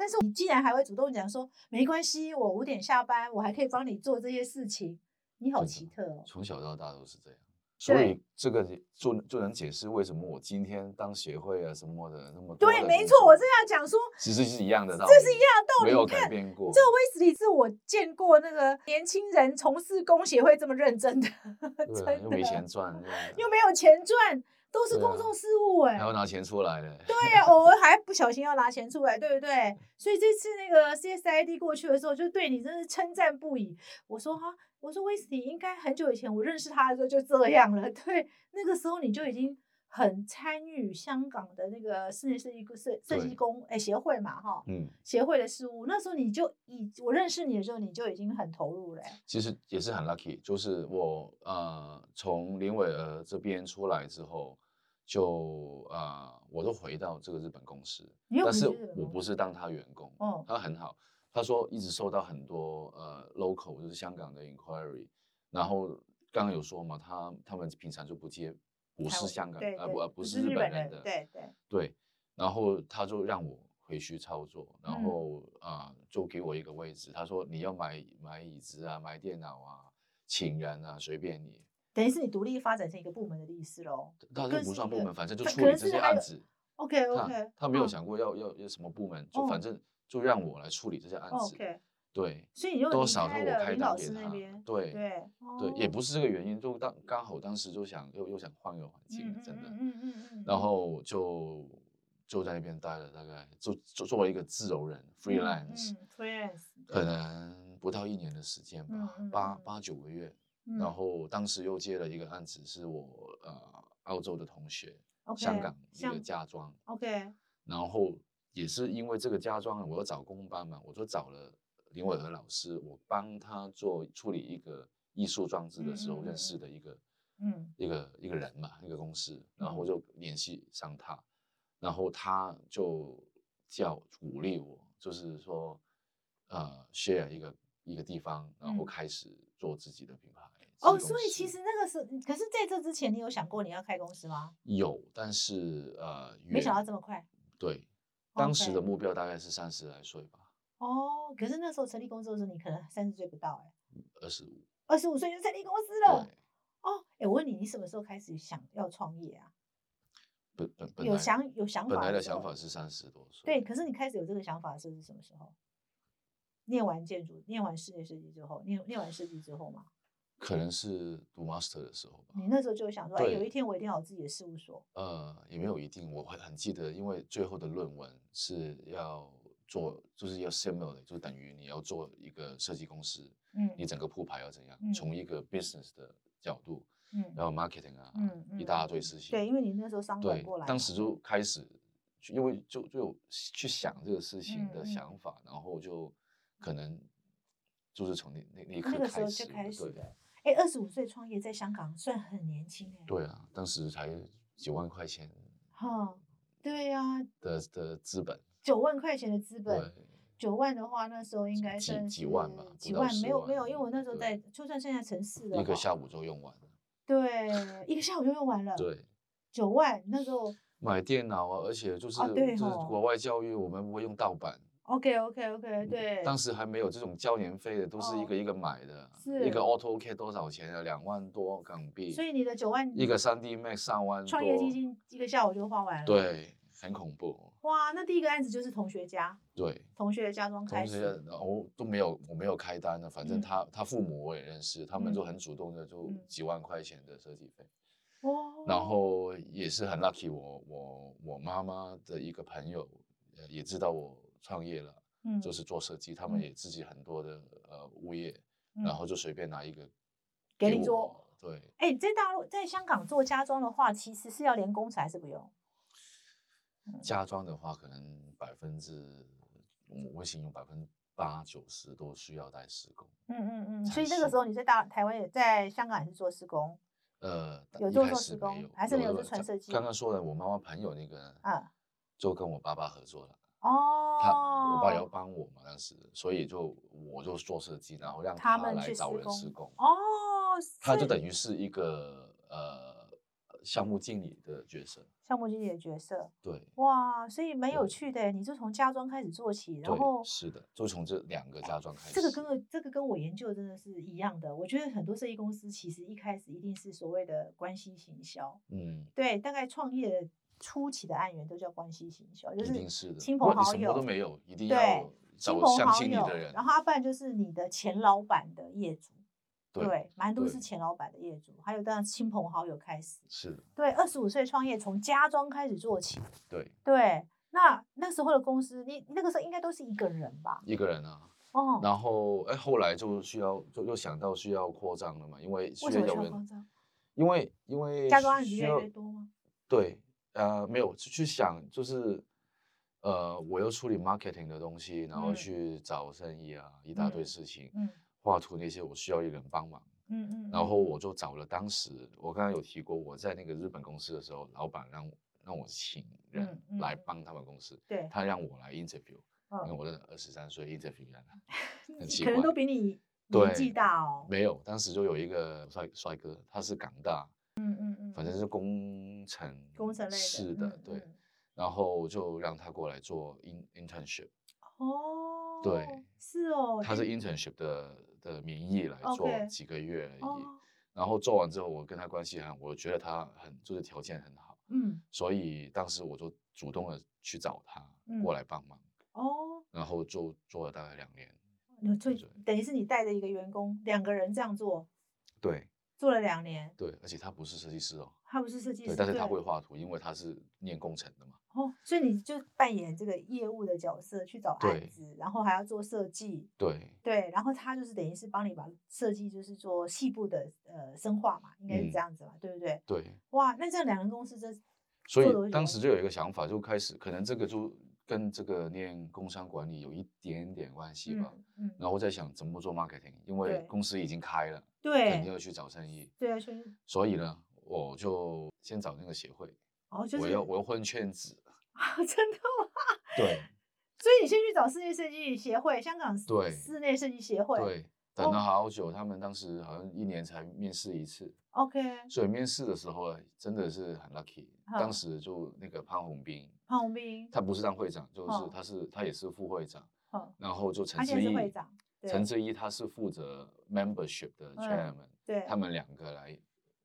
但是你竟然还会主动讲说没关系，我五点下班，我还可以帮你做这些事情，你好
真的
奇特哦。
从小到大都是这样，所
对
以这个也就就能解释为什么我今天当协会啊什么的那么多
对，
的
没
工
错，
作
我正要讲说，
其实是一样的道理，
这是一样的道理。
没有
你看
改变过。
这威斯里是我见过那个年轻人从事工协会这么认真的， 真
对啊，
的
又没钱赚，又
又没有钱赚，都是
对啊
公众事务哎、
还要拿钱出来的。
对呀，偶尔还不小心要拿钱出来，对不对？所以这次那个 CSID 过去的时候，就对你真是称赞不已。我说哈，我说威斯里应该很久以前我认识他的时候就这样了， 对，那个时候你就已经很参与香港的那个室内设计设设计
对
工哎协会嘛哈，
嗯，
协会的事务。那时候你就已我认识你的时候，你就已经很投入了欸、
其实也是很 lucky，就是我呃从林伟儿这边出来之后，就呃我都回到这个日本公司，
你又
但
回去
是
日本
我
公
不是当他员工，
哦
他很好，他说一直收到很多呃 local 就是香港的 inquiry，然后刚刚有说嘛，他他们平常就不接，不
台
是
湾
香港
对
呃
对
不呃
不
不
是
是日
日
本
本
人
人
的
对对
对，然后他就让我回去操作，然
嗯
后啊、就给我一个位置，他说你要买买椅子啊，买电脑啊，请人啊，随便你，
等于是你独立发展成一个部门的意思喽。
他
更
就不
是
算
一
部
个
门，反正就
他
处
可
理
能
这
是
些
还
案
有
子。
OK
他
OK，
他没有
嗯
想过要要要什么部门，就
哦
反正就让我来处理这些案子。
OK，
对，
所以你又
多
呃离
少
开
都我
了
开
林老
导给
师那
他
边。，
对
对哦
对也不
是
是这个原因，就当刚好当时就想又又想换个环境，真的。
嗯嗯嗯嗯。
然后就就在那边待了大概，就就作为一个自由
嗯
人 freelance，、
freelance，
可能不到一年的时间吧，
嗯嗯
八
嗯
八九个月。
嗯
然后当时又接了一个案子，是我呃澳洲的同学
OK，
香港一个
香
家装，
OK，嗯
然后也是因为这个家装，我要找工班嘛，我就找了林伟和老师，我帮他做处理一个艺术装置的时候
嗯嗯嗯
认
嗯
识的一个
嗯
一个一个人嘛，一个公司，然
嗯
后就联系上他，然后他就叫鼓励我，就是说，呃，share 一个一个地方，然
嗯
后开始做自己的品牌。自
哦，
己
所
公
以其
司
实那个是，可是在这之前，你有想过你要开公司吗？
有，但是呃，
没想到
远
这么快
对，当时的
OK
目标大概是三十来岁吧，
哦。可是那时候成立公司的时候，你可能三十岁不到哎，
二十五。
二十五岁就成立公司了
对，
哦。哎，我问你，你什么时候开始想要创业啊？
本本本
有
来
想有想法，
本来的想法是三十多岁。
对，可是你开始有这个想法的时候是什么时候？念完建筑，念完室内设计之后，念念完设计之后嘛，
可能是读 master 的时候吧。
你那时候就想说，哎，有
啊对
一天我一定要有自己的事务所。
呃，也没有一定，我会很记得，因为最后的论文是要做，就是要 similar，就等于你要做一个设计公司，
嗯
你整个铺排要怎样，
嗯
从一个 business 的角度，
嗯
然后 marketing 啊，
嗯嗯
一大堆事情。
对，因为你那时候商管
对
过来嘛，
当时就开始去，因为就就有去想这个事情的
嗯嗯
想法，然后就可能就是从那那那一刻
那个时候就
始
开
了
始
对
的。哎，二十五岁创业在香港算很年轻哎。
对啊，当时才九万块钱
哈，对呀、
的的资本，
九万块钱的资
对
本，，九万的话，那时候应该
几
算
几万吧
是
不
几
到
万
十
没有
万
没有，因为我那时候在，
对
就算现在城市了，
一个下午就用完了。
对，一个下午就用完了，，
对，
九万那时候
买电脑啊，而且就是、
哦对
就是
吼
国外教育，我们不会用盗版。
，OK OK OK，对，
嗯当时还没有这种交年费的，都是一
哦
个一个买的，
是
一个 AutoCAD 多少钱啊？两万多港币。
所以你的9万
一个3 D Max 上万多。
创业基金一个下午就花完了，，
对，很恐怖。
哇，那第一个案子就是同学家，
对，
同学家装开
同时
始，
我都没有我没有开单啊的，反正
嗯
他、他父母我也认识，他们就
嗯
很主动的就
嗯
几万块钱的设计费，
哦，
然后也是很 lucky，我我我妈妈的一个朋友呃也知道我创业了，
嗯
就是做设计，他们
嗯
也自己很多的呃物业，
嗯
然后就随便拿一个
给你
我
做，
对，
哎、在大陆，在香港做家装的话，其实是要连工材，还是不用？
家装的话，可能百分之嗯我我形容百分之八九十都需要带施工。
嗯嗯嗯。
才
所以那个
是
时候你在大台湾也在香港也是做施工
呃，
有
一
做
开
做
始
施
没
工还是没有做纯
刚
设计
刚刚说的，我妈妈朋友那个
啊？
就跟我爸爸合作了，
哦，
他我爸要帮我嘛，当时，所以就我就做设计，然后让
他们
来
去
找
施
人
工
施工。
哦，
他就是等于是一个呃项目经理的角色，
项目经理的角色
对。
哇，所以蛮有
对
趣的。欸你就从家装开始做起，然
对
后，
是的，就从这两个家装开始。
这个跟我这个跟我研究真的是一样的。我觉得很多设计公司其实一开始一定是所谓的关系行销，
嗯，
对，大概创业初期的案源都叫关系行销，就
一
是
定是的，
亲
不
朋
管你
好
什么都
友
没有，一定
对
要
亲
找
朋
相
好
信你
友
的，人
然。后他不然就是你的前老板的业主，
对，
蛮多
对
是前老板的业主，还有当然亲朋好友开始，
是的，
对，二十五岁创业，从家装开始做起，
对，
对，那那时候的公司，你那个时候应该都是一个人吧？
一个人啊。
哦，
然后哎，后来就需要就又想到需要扩张了嘛，因为需
为什么需
有
要扩
人，
张？
因为因为
家装案子
需
越
要
来越多吗？
对，呃，没有去去想就是。呃，我要处理 marketing 的东西，然后
嗯
去找生意啊，一大堆
嗯
事情，
嗯
画图那些我需要一个人帮忙。
嗯嗯，
然
嗯
后我就找了当时我刚刚有提过，我在那个日本公司的时候，老板让我让我请人
嗯嗯
来
嗯
帮他们公司，
对，
他让我来 interview，因为
嗯
我的二十三岁 interview 人啊，很奇
可能都
怪
比你年
对
纪大哦。
没有，当时就有一个帅帅哥，他是港大，
嗯嗯嗯，
反正是工程
工程类的，
是的，
嗯
对，
嗯
然后就让他过来做 in internship，
哦，
对，
是哦，
他是
哎
internship 的的名义来做
OK
几个月而已，
哦，
然后做完之后，我跟他关系很，我觉得他很就是条件很好。
嗯
所以当时我就主动的去找他
嗯
过来帮忙，
哦，
然后就做了大概两年。
那就
对
等于是你带着一个员工，两个人这样做，
对
做了两年，
对，而且他不是设计师哦，
他不是设计师，
对，但是他会画图，因为他是念工程的嘛。
哦，所以你就扮演这个业务的角色去找案
对
子，然后还要做设计，
对，
对，然后他就是等于是帮你把设计就是做细部的呃深化嘛，应该是
嗯
这样子嘛，对不对？
对，
哇，那这样两人公司真
所
做多
以
久
当时就有一个想法，就开始可能这个就跟这个念工商管理有一点点关系吧。
嗯嗯，
然后在想怎么做 marketing，因为
对
公司已经开了，肯定
对
要去找生意，
对啊，所以
所以呢，我就先找那个协会，
哦就
我
是
要我要混圈子，
啊， 真的吗？
对
所以你先去找室内设计协会，香港室
对
室内设计协会，
对，等
哦
了好久，他们当时好像一年才面试一次，
，OK，
所以面试的时候啊，真的是很 lucky。
嗯
当时就那个潘宏斌，
潘宏斌，
他不是当会长，就是
嗯
他是他也是副会长，
嗯，
然后就
他
陈
现在
志
是
毅
会，长，对嗯
陈志毅他是负责 membership 的 chairman，
对，
他们两个来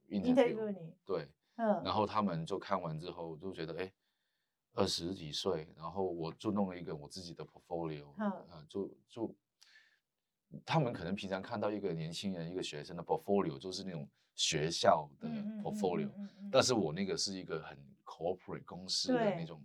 interview
interview，
你，
对，
嗯，
然后他们就看完之后就觉得，哎，二十几岁，然后我就弄了一个我自己的 portfolio，、
嗯
呃，就就他们可能平常看到一个年轻人、一个学生的 portfolio 就是那种学校的
嗯嗯嗯
portfolio，、
嗯嗯嗯
但是我那个是一个很 corporate 公司的
对
那种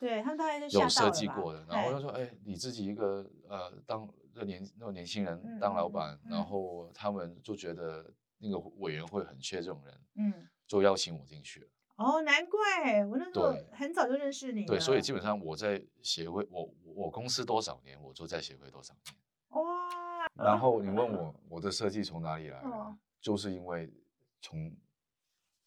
对他们大概就吓
有
到
设
了
计
吧
过的，然
哎
后他说，哎，你自己一个呃当那年那种年轻
嗯
人当老
嗯嗯
板，
嗯
然后他们就觉得那个委员会很缺这种人，
嗯，
就邀请我进去了。
哦，难怪我那时
对
候很早就认识你了，
对，所以基本上我在协会，我我公司多少年，我就在协会多少年。
哇，
然后你问我我的设计从哪里来的，
啊哦
就是因为从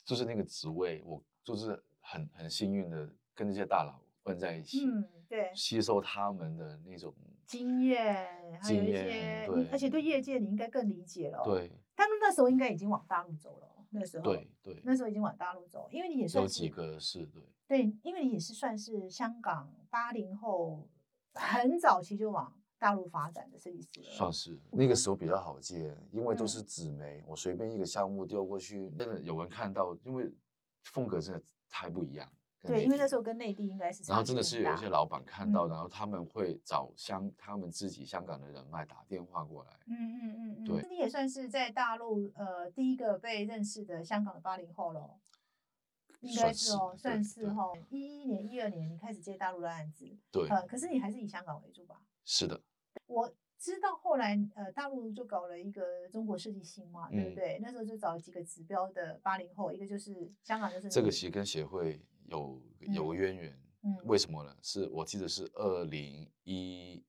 就是那个职位，我就是很很幸运的跟这些大佬混在一起，
嗯，对，
吸收他们的那种
经验，还有一
经
些
验，
你
对
而且对业界你应该更理解了。，哦
对
他们那时候应该已经往大陆走了哦，那时候，
对对，
那时候已经往大陆走，因为你也算
有
是
几个是对
对，因为你也是算是香港八零后，很早期就往大陆发展的设计师了，
算是那个时候比较好接，因为都
嗯
是纸媒，我随便一个项目丢过去，真的有人看到，因为风格真的太不一样。跟
对，
内
因为
地
那时候跟内地应该是
然后
差距
真的
很
是有一
大
些老板看到，
嗯
然后他们会找香他们自己香港的人脉打电话过来。
嗯嗯嗯嗯，
对
那你也算是在大陆呃第一个被认识的香港的八零后喽，应该
算
是
是
哦，
对
算是
对
哦。一一年、一二年你开始接大陆的案子，
对，
呃，可是你还是以香港为主吧？
是的，
我知道后来呃大陆就搞了一个中国设计星嘛，对不
嗯
对？那时候就找了几个指标的八零后，一个就是香港就是
这个
你
其实跟协会有有
嗯
个渊源。
嗯
为什么呢？是我记得是二零一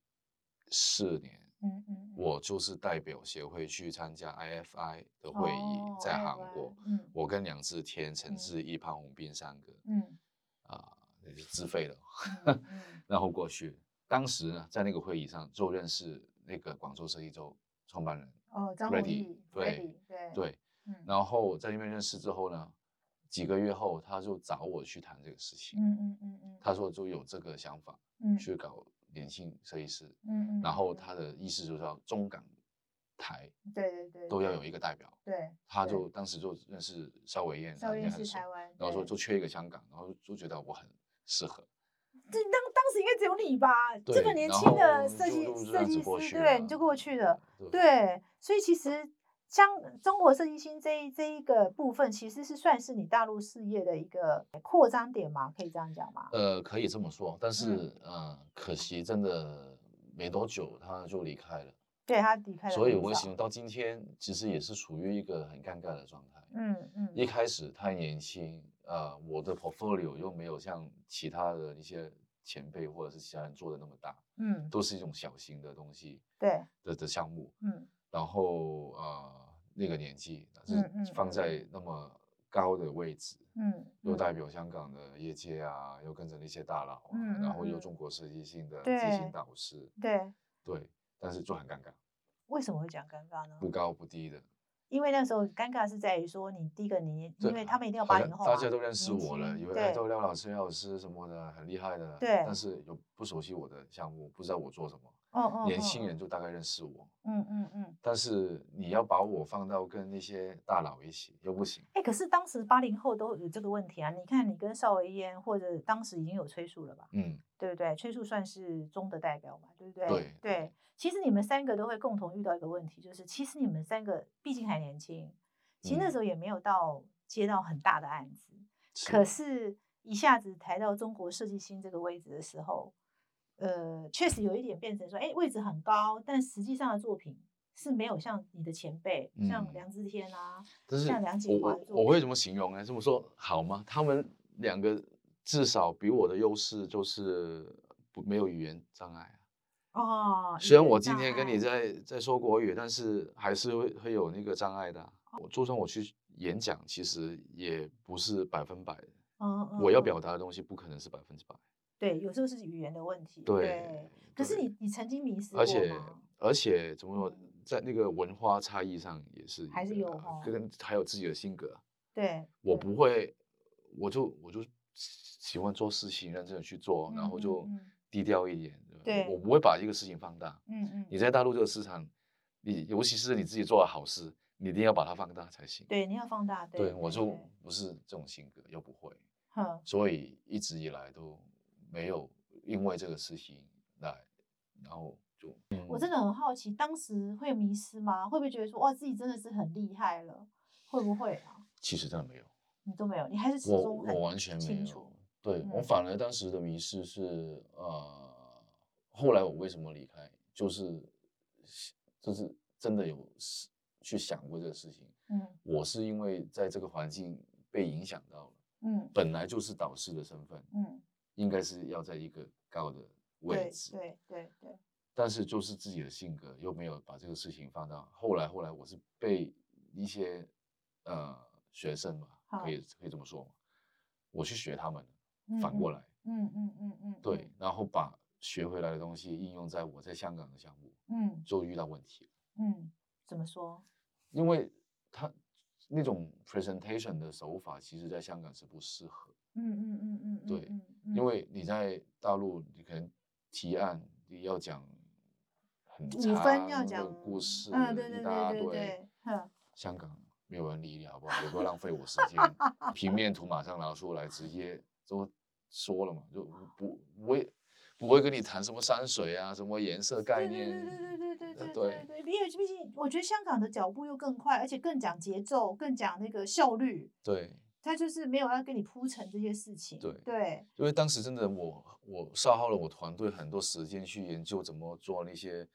四年，
嗯嗯嗯
我就是代表协会去参加 IFI 的会
哦
议，在韩
IFI
国。
嗯
我跟梁志天、
嗯
陈志毅、潘宏斌三个
嗯
啊，那是自费的。
嗯嗯
然后过去，当时呢，在那个会议上就认识那个广州设计周创办人。
哦，张宏
Ready，
毅
对
，Ready，对，
对，
嗯
然后在那边认识之后呢，几个月后他就找我去谈这个事情。
嗯嗯嗯嗯，
他说就有这个想法
嗯
去搞年轻设计师，
嗯嗯，
然后
嗯
他的意思就是要中港台
对对对
都要
对
有一个代表。
对，
他
对
就当时就认识邵伟燕，
稍
他应
微
该
是
很熟，
台湾，
然后说
对
就缺一个香港，然后就觉得我很适合。
这当当时应该只有你吧？这个
对
年
然
轻的
后
设
就
计
就这
设
样
计
子过
师，
去
对，
了
你就过去了。，
对
对，所以其实像中国设计新这一这一个部分，其实是算是你大陆事业的一个扩张点嘛，可以这样讲吗？
呃，可以这么说，但是
嗯
呃，可惜真的没多久他就离开了，
对他离开了
所以
很
我
早
形容到今天其实也是处于一个很尴尬的状态。
嗯嗯
一开始太年轻，呃，我的 portfolio 又没有像其他的一些前辈或者是其他人做的那么大，
嗯，
都是一种小型的东西
对，
的的项目。
嗯
然后呃，那个年纪就
嗯嗯
是放
嗯
在那么高的位置，
嗯，
又
嗯
代表香港的业界啊，又跟着那些大佬啊，
嗯嗯
然后又
嗯
中国设计性的
对
执行导师，
对，
对，但是就很尴尬，
为什么会讲尴尬呢？
不高不低的。
因为那时候尴尬是在于说，你第一个你，
对
因为他们一定要
好
八
像
零后
大
嘛
家都认识
年
我了，
轻
以为
对
哎都廖老师、廖老师什么的，很厉害的。
对
但是有不熟悉我的项目，不知道我做什么，
嗯嗯，
年
嗯
轻
嗯
人就大概认识我。
嗯嗯嗯，
但是你要把我放到跟那些大佬一起又不行，
哎、可是当时八零后都有这个问题啊！你看，你跟邵维燕或者当时已经有崔树了吧，
嗯，
对不对？崔树算是中的代表嘛，对不对？
对
对，其实你们三个都会共同遇到一个问题，就是其实你们三个毕竟还年轻，其实那
嗯
时候也没有到接到很大的案子，
是
可是一下子抬到中国设计新这个位置的时候，呃，确实有一点变成说，哎，位置很高，但实际上的作品是没有像你的前辈，像
嗯
梁志天啊，
但是
像梁锦
我
华的
我
作
我会
品
怎么形容呢？这么说好吗？他们两个至少比我的优势就是不没有语言障碍啊。
哦，
虽然
语言
我今
障
天跟
碍
你在在说国语，但是还是会会有那个障碍的啊、我就算我去演讲，其实也不是百分百的。
嗯嗯
我要
嗯
表达的东西不可能是百分之百。
对，有时候是语言的问题。
对，
可是
对
你你曾经迷失过
而且
吗
而且怎么说
嗯，
在那个文化差异上也是
还
一
是
个
有
的啊
哦
跟还有自己的性格啊。
对，对
我不会，我就我就喜欢做事情，认真的去做，然后
嗯嗯
就
嗯
低调一点。
对
我不会把一个事情放大。
嗯嗯，
你在大陆这个市场，你尤其是你自己做的好事，你一定要把它放大才行。
对你要放大，对，
对，我就
对
不是这种性格，又不会，
哼，
所以一直以来都没有因为这个事情来，然后就
我真的很好奇，当时会迷失吗？会不会觉得说哇，自己真的是很厉害了？会不会啊？
其实真的没有。
你都没有，你还是始
我
终
我
很
完全
清
没有
楚，
对、我
嗯
反而当时的迷失是呃，后来我为什么离开，就是就是真的有思去想过这个事情。
嗯
我是因为在这个环境被影响到了，
嗯
本来就是导师的身份，
嗯，
应该是要在一个高的位
对
置，
对对对，
但是就是自己的性格又没有把这个事情放到后来，后来我是被一些呃学生嘛，
好
可以可以这么说嘛，我去学他们，反过来，
嗯嗯嗯嗯，
对，然后把学回来的东西应用在我在香港的项目，
嗯，
就遇到问题了，
嗯嗯，怎么说？
因为他那种 presentation 的手法，其实在香港是不适合，
嗯嗯嗯嗯嗯，
对
嗯，嗯
因为你在大陆，你可能提案你要讲很
五嗯分要
长的
讲
故事，
嗯，对对
一
对
大
对
堆。
对，哼，
香港没有人理你，好不好？也不要浪费我时间。平面图马上拿出来，直接都说了嘛，就不不会不会跟你谈什么山水啊，什么颜色概
对
念。
对对对对对
呃
对
对
对对，因为毕竟我觉得香港的脚步又更快，而且更讲节奏，更讲那个效率，
对
他就是没有要跟你铺陈这些事情，
对
对，
因为当时真的我我消耗了我团队很多时间去研究怎么做那些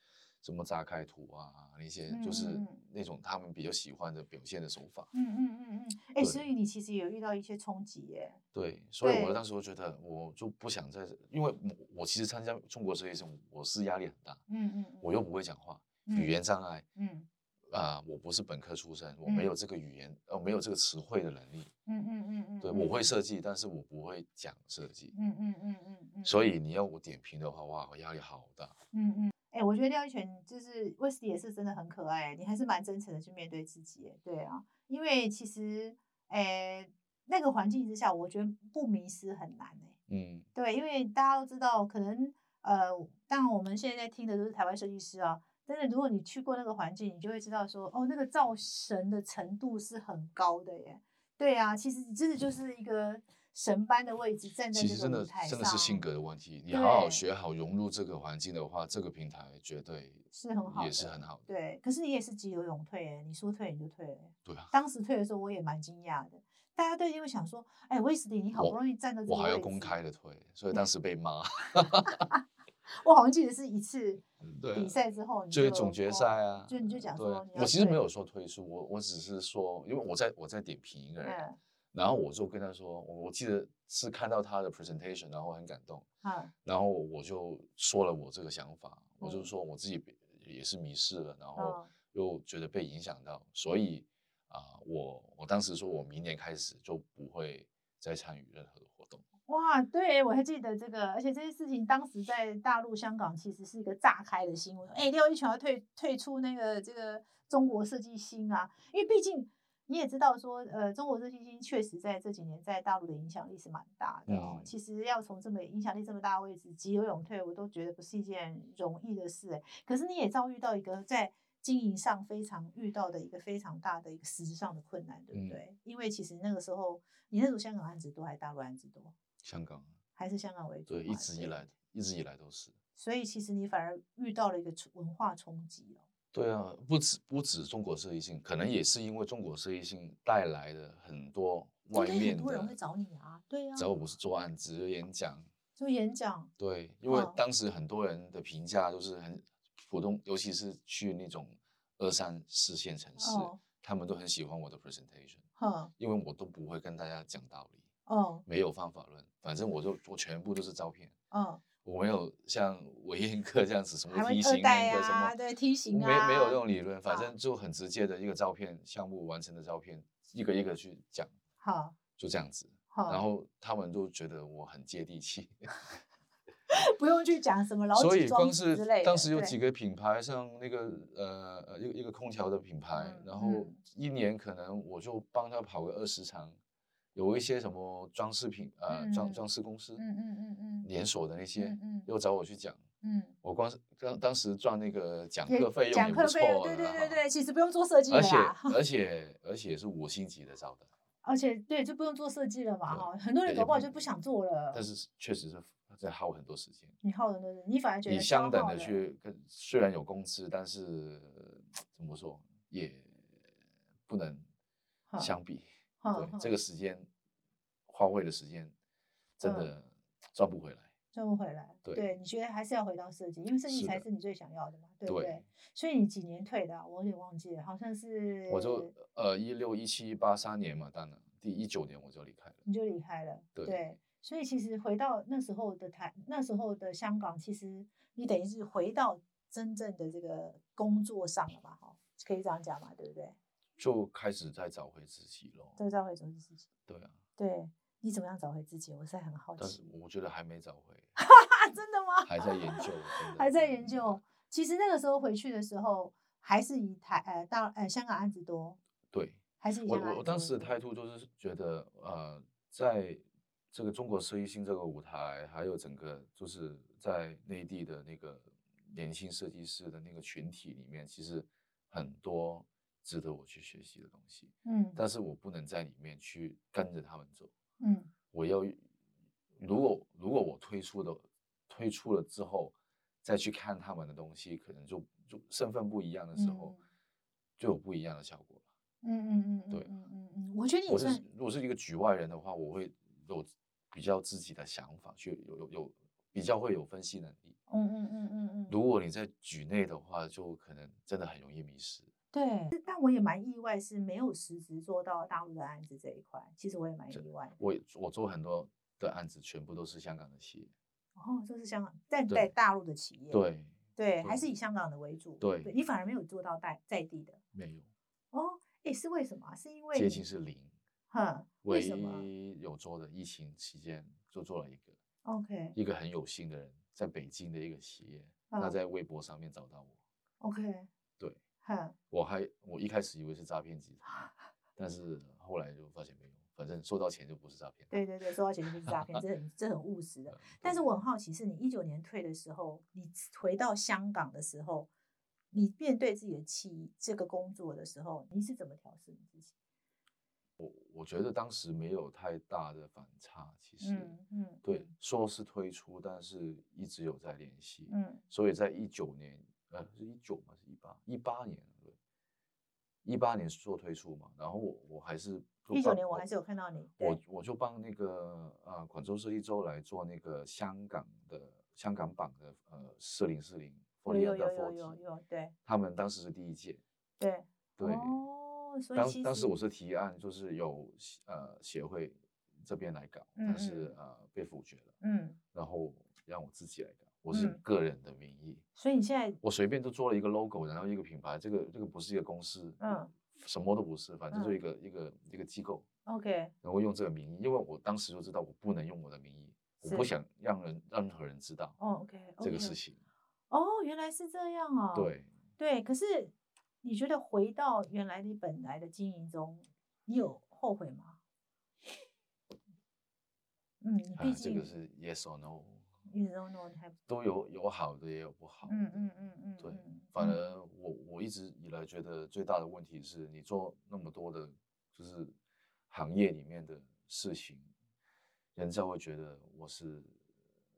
什么杂开图啊，那些
嗯
就是
嗯嗯
那种他们比较喜欢的表现的手法。
嗯嗯嗯嗯，哎，
对
所以你其实有遇到一些冲击耶，
对，所以
对
我当时我觉得我就不想在这，因为我我其实参加中国设计师，我是压力很大，
嗯嗯，
我又不会讲话，
嗯
语言障碍。
嗯，
啊、我不是本科出身，我没有这个语言，呃，没有这个词汇的能力。
嗯嗯嗯嗯嗯，
对，我会设计，但是我不会讲设计，
嗯，嗯嗯嗯嗯嗯，
所以你要我点评的话，哇，我压力好大。
嗯嗯，哎、我觉得廖一泉就是威斯也是真的很可爱，你还是蛮真诚的去面对自己耶，对啊，因为其实，哎、那个环境之下，我觉得不迷失很难哎，
嗯，
对，因为大家都知道，可能呃，当然我们现在在听的都是台湾设计师啊，真的，如果你去过那个环境，你就会知道说，哦，那个造神的程度是很高的耶，对啊，其实你真的就是一个神般的位置站在
嗯其
这
实
个
真
舞
的
台上，
真的是性格的问题，你好好
对
学好，融入这个环境的话，这个平台绝对
是很好
也是
的
很好的。
对，可是你也是急流勇退欸，你说退你就退了。
对啊，
当时退的时候，我也蛮惊讶的，大家都因为想说，哎，威斯利，你好不
我
容易站到这个
我还要
位
公
置
开，的推，所以当时被骂。
我好像记得是一次
对啊，
比赛之后，你哦
就是总决赛啊，
就你就讲
对
说你要
我其实没
退
有说退出，我我只是说，因为我在我在点评一个人，
嗯
然后我就跟他说，我我记得是看到他的 presentation，然后很感动，
啊
然后我就说了我这个想法，我就
嗯
说我自己被也是迷失了，然后
嗯
又觉得被影响到，所以啊、我我当时说我明年开始就不会再参与任何的活动，
哇，对我还记得这个，而且这件事情当时在大陆、香港其实是一个炸开的新闻。哎，廖一泉要退退出那个这个中国设计星啊，因为毕竟你也知道说，呃，中国设计星确实在这几年在大陆的影响力是蛮大的哦。
嗯
其实要从这么影响力这么大的位置急流勇退，我都觉得不是一件容易的事。哎，可是你也遭遇到一个在经营上非常遇到的一个非常大的一个实质上的困难，对不
嗯
对？因为其实那个时候你那时候香港案子多还是大陆案子多？
香港
还是香港为主嘛，
对一直以来一直以来都是。
所以其实你反而遇到了一个冲文化冲击哦。
对啊，不止不止中国设计性，可能也是因为中国设计性带来的很多外
应该
面
很多人会
的，
找你啊，对呀、
只要不是做案子、演讲，
就演讲，
对，因为
嗯
当时很多人的评价都是很普通，尤其是去那种二三四线城市，
哦
他们都很喜欢我的 presentation，
哼，
因为我都不会跟大家讲道理，
哦，
没有方法论，反正我就我全部都是照片，
嗯，
我没有像韦彦克这样子什么
还会
梯
二
形
代
那个什么，
啊，对梯形啊，
没没有这种理论，反
啊
正就很直接的一个照片项目完成的照片，一个一个去讲，
好，
就这样子。
好，
然后他们都觉得我很接地气，
不用去讲什么老
所
几
以
桩
光
子
是
之类的，
当时有
对
几个品牌，像那个呃呃一个一个空调的品牌，
嗯
然后
嗯
一年可能我就帮他跑个二十场，有一些什么装饰品呃
嗯
装装饰公司，
嗯嗯嗯嗯
连锁的那些
嗯嗯
又找我去讲，
嗯，
我光是当当时赚那个讲
也
课费用
讲
也
课
不
费用，
错
对对
了，
对
哈
对，啊其实不用做设计了
而且
啦，
而且而且是五星级的招待，
而且对就不用做设计了嘛
对
哈，很多人
对
搞
也
不好
不
就不想做了，
但是确实是在耗很多时间。
你耗很多人，你反而觉得
你
消
相等
耗
的
了
去跟，虽然有工资，但是怎么说也不能
哼
相比。
哼
对
哼，
这个时间花费的时间真
嗯
的赚不回来。
赚不回来。
对
你觉得还是要回到设计，因为设计
是
才
的
是你最想要的嘛，对不
对
对？所以你几年退的啊、我有点忘记了，好像是
我就呃一六一七八三年嘛，当然第一九年我就离开了。
你就离开了，
对
所以其实回到那时候的台，那时候的香港，其实你等于是回到真正的这个工作上了嘛，哈，可以这样讲嘛，对不对？
就开始在找回自己咯。
都在回做这事情。
对啊，
对，你怎么样找回自己？我现在很好
但是
奇
我觉得还没找回，
啊， 真的吗？
还在研究，真的
还在研究。。其实那个时候回去的时候，还是以台呃大呃香港案子多，
对
还是以
我
香港案
我我
子
当
为
时的
主
态度就是觉得，呃，在这个中国设计新这个舞台，还有整个就是在内地的那个年轻设计师的那个群体里面，其实很多值得我去学习的东西，
嗯
但是我不能在里面去跟着他们走。
嗯
我要如果如果我推出的推出了之后，再去看他们的东西，可能就就身份不一样的时候，
嗯
就有不一样的效果。
嗯嗯嗯，
对
嗯嗯嗯，我觉得你
我是
算
如果是一个局外人的话，我会有比较自己的想法，去有有有比较会有分析能力。
嗯嗯嗯嗯嗯，
如果你在局内的话，就可能真的很容易迷失。
对。但我也蛮意外，是没有实质做到大陆的案子这一块，其实我也蛮
这
意外的。
我我做很多的案子，全部都是香港的企业。
哦，这是香港，但
对
在大陆的企业，
对，
对，还
对
是以香港的为主，
对
你反而没有做到在在地的。
没有
哦，诶，是为什么啊？是因为
接
你
近是零。
哼，为
唯
什么
一有做的疫情期间就做了一个，
？OK
一个很有心的人，在北京的一个企业，他
嗯
在微博上面找到我，
OK，
对
哼，
我还我一开始以为是诈骗集 团，但是后来就发现没有，反正收到钱就不是诈骗。
对对对，收到钱就是诈骗，这很这很务实的
呃，。
但
对
是我很好奇，是你一九年退的时候，你回到香港的时候，你面对自己的期这个工作的时候，你是怎么调试你自己？
我觉得当时没有太大的反差，其实、
嗯嗯，
对，说是推出，但是一直有在联系，
嗯，
所以在一九年，呃，是一九吗？是一八一八年对，一八年做推出嘛，然后我我还是就
一九
帮
年我还是有看到你，
我
对，
我就帮那个呃广州设计周来做那个香港的香港版的呃四零四零
有
f o r t
哦有
y
有
under
有有
forty，
有，对
他们当时是第一届，
对
对，
哦，所以
当
其
当时
实
我是提案，就是有呃协会这边来搞，
嗯
但是
嗯
呃被否决了，
嗯，
然后让我自己来搞，我是
嗯
个人的名义，
所以你现在
我随便就做了一个 logo，然后一个品牌，这个这个不是一个公司，
嗯，
什么都不是，反正就
嗯
一个、一个一个机构，
OK
然后用这个名义，因为我当时就知道我不能用我的名义，我不
是
想让人任何人知道
哦 OK
这个事
OK
情。
哦，原来是这样哦，
对，
对，可是你觉得回到原来你本来的经营中，你有后悔吗？嗯，你
啊
毕，
这
竟
个是 yes or no，
一直都 no，你还
都有有好的也有不好的。
嗯嗯嗯嗯，
对
嗯
反
嗯
而我我一直以来觉得最大的问题是你做那么多的，就是行业里面的事情，人家会觉得我是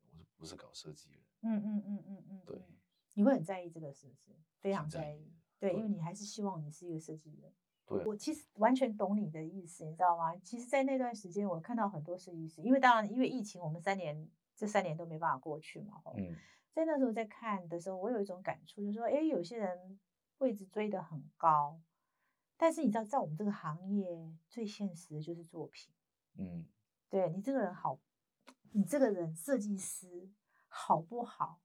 我是不是搞设计的人？
嗯嗯嗯嗯嗯，
对，
嗯你会很在意这个是不是？非
挺
常
在
在
意
意
的，
对，因
对
为你还是希望你是一个设计人。
对
我其实完全懂你的意思，你知道吗？其实，在那段时间，我看到很多设计师，因为当然因为疫情，我们三年这三年都没办法过去嘛，吼
嗯，
在那时候在看的时候，我有一种感触，就是说，诶，有些人位置追得很高，但是你知道，在我们这个行业，最现实的就是作品。
嗯，
对你这个人好，你这个人设计师好不好？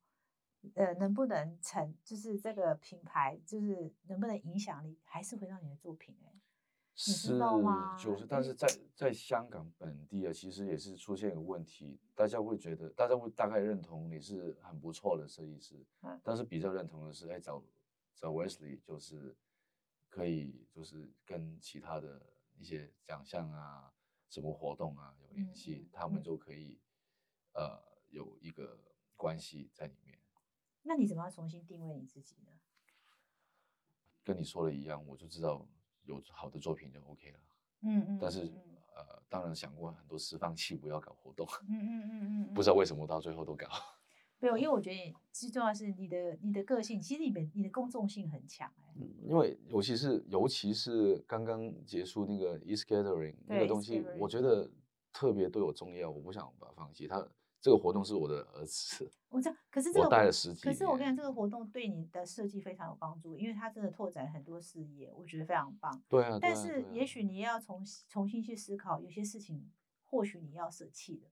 呃，能不能成？就是这个品牌，就是能不能影响力，还是回到你的作品、欸？你
是
知道吗
就是，但
对
是在在香港本地啊，其实也是出现一个问题，大家会觉得，大家会大概认同你是很不错的设计师，
嗯
但是比较认同的是，哎，找找 Wesley 就是可以就是跟其他的一些奖项啊、什么活动啊有
嗯
联系，
嗯
他们
嗯
就可以呃有一个关系在里面。
那你怎么样重新定位你自己呢？
跟你说的一样，我就知道有好的作品就 OK 了。
嗯嗯，
但是
嗯
呃，当然想过很多次放弃不要搞活动，
嗯嗯嗯嗯嗯，
不知道为什么到最后都搞。
没有，因为我觉得最重要的是你的你的个性，其实你的你的公众性很强、欸，
嗯因为尤其是尤其是刚刚结束那个 e s gathering
对
那个
，East
东西，我
Gathering
觉得特别对我重要，我不想把它放弃。它这个活动是我的儿子，
我知道，可是这个
我带
活
了十几
可
年。
是我跟你讲，这个活动对你的设计非常有帮助，因为它真的拓展了很多视野，我觉得非常棒。
对啊，对
但
啊
是
对啊
也许你要重新重新去思考，有些事情或许你要舍弃的，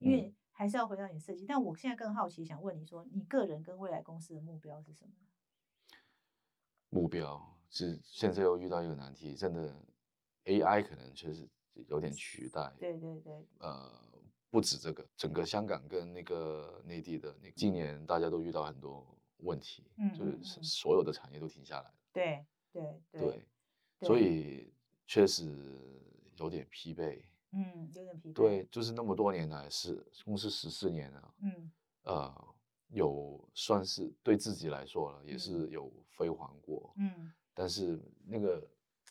嗯
因为还是要回到你设计。但我现在更好奇，想问你说，你个人跟未来公司的目标是什么？
目标是现在又遇到一个难题，真的 AI 可能确实有点取代。
对对对，
呃，不止这个，整个香港跟那个内地的，那今年大家都遇到很多问题，
嗯
就是
嗯嗯
所所有的产业都停下来了。
对对
对，所
对
以确实有点疲惫。
嗯，有点疲惫。
对，，就是那么多年来，十公司十四年了，
嗯
呃，有算是对自己来说了，也
嗯
是有辉煌过，
嗯
但是那个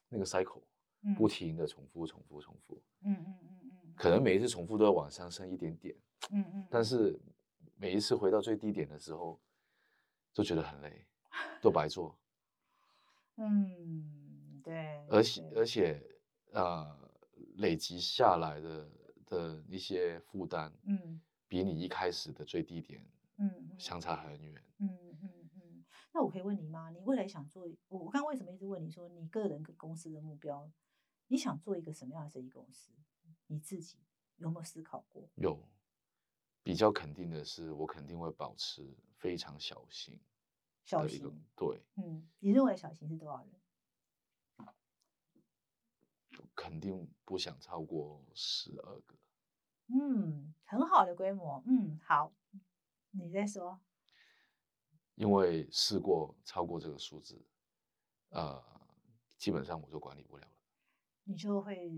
那个 cycle
嗯，
不停的重复、重复、重复，
嗯嗯嗯嗯
可能每一次重复都要往上升一点点，
嗯嗯，
但是每一次回到最低点的时候，就觉得很累，都白做。
嗯对，
而且
对
而且呃，累积下来的的一些负担，
嗯，
比你一开始的最低点
嗯嗯
相差很远。
嗯嗯嗯，那我可以问你吗？你未来想做？我我刚刚为什么一直问你说你个人跟公司的目标？你想做一个什么样的设计公司？你自己有没有思考过？
有比较肯定的是，我肯定会保持非常小心
小
的一个
型，
对，
嗯，你认为小型是多少人？
肯定不想超过十二个。
嗯，很好的规模。嗯，好，你再说。
因为试过超过这个数字，呃，基本上我就管理不了了。
你就会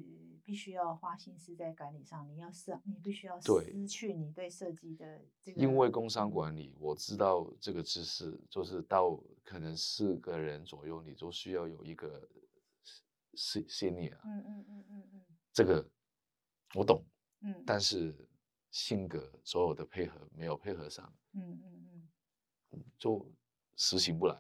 必须要花心思在管理上，你要是你必须要
对
失去你对设计的这个，
因为工商管理，我知道这个知识，就是到可能四个人左右，你就需要有一个 se- senior，
嗯，嗯嗯嗯嗯
这个我懂，
嗯嗯，
但是性格所有的配合没有配合上，
嗯嗯嗯，
就实行不来。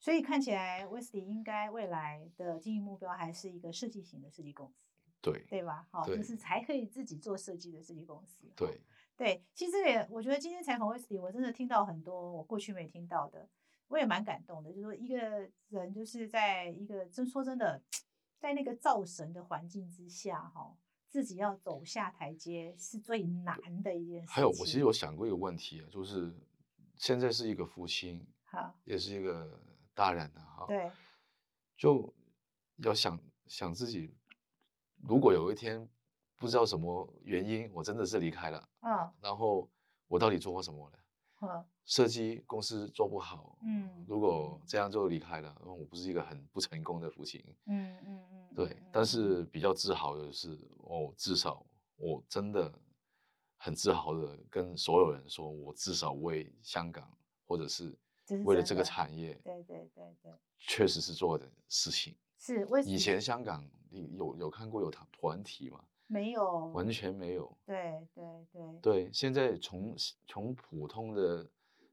所以看起来 Wesley 应该未来的经营目标还是一个设计型的设计公司，
对
对吧？好，就
对
是才可以自己做设计的设计公司。好
对，
对，其实这个也我觉得今天采访 Wesley，我真的听到很多我过去没听到的，我也蛮感动的。就是说一个人就是在一个真说真的，在那个造神的环境之下，哈，自己要走下台阶是最难的一件事情。
还有我其实有想过一个问题啊，就是现在是一个父亲，
好，
也是一个大人了哈。
对，
就要想想自己，如果有一天不知道什么原因，我真的是离开了，
嗯
然后我到底做过什么呢？
嗯
设计公司做不好，
嗯
如果
嗯
这样就离开了，那我不是一个很不成功的父亲，
嗯嗯嗯，
对。但是比较自豪的是，我至少我真的很自豪的跟所有人说，我至少为香港或者是
这是
为了
真
这个
的
产业，
对对对对，
确实是做的事情。
是为
以前香港你有有看过有团团体吗？
没有
完全没有。
对对对
对，现在从从普通的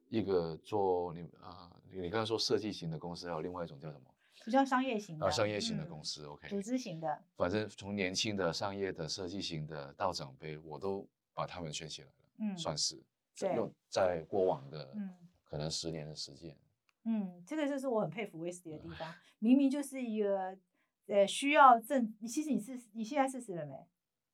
一个做你啊、你你刚才说设计型的公司，还有另外一种叫什么
比较商业型的
啊商业型的
嗯
公司、o
组
k
织型的，
反正从年轻的、商业的、设计型的到长辈，我都把他们圈起来了，
嗯，
算是
对
用在过往的、
嗯。
可能十年的时间。
嗯，这个就是我很佩服威斯利的地方，明明就是一个呃需要正，你其实你是你现在四十了没？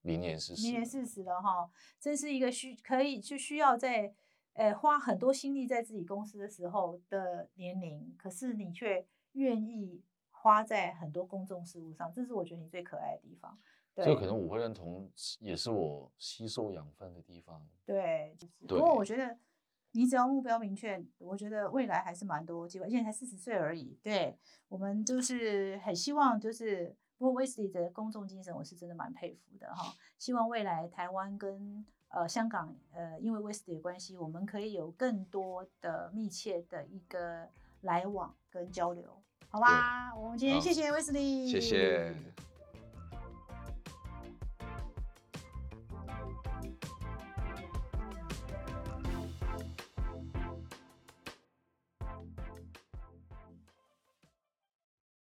明年是
明年四
40
十了哈，真是一个需可以就需要在呃花很多心力在自己公司的时候的年龄，可是你却愿意花在很多公众事务上，这是我觉得你最可爱的地方。对，
这个可能我会认同，也是我吸收养分的地方。
对，就是不过我觉
对
得你只要目标明确，我觉得未来还是蛮多机会，而且才四十岁而已。对我们就是很希望，就是不过威斯利的公众精神，我是真的蛮佩服的哈。希望未来台湾跟呃香港呃，因为威斯利的关系，我们可以有更多的密切的一个来往跟交流，好吧？我们今天
好
谢谢威斯利，
谢谢。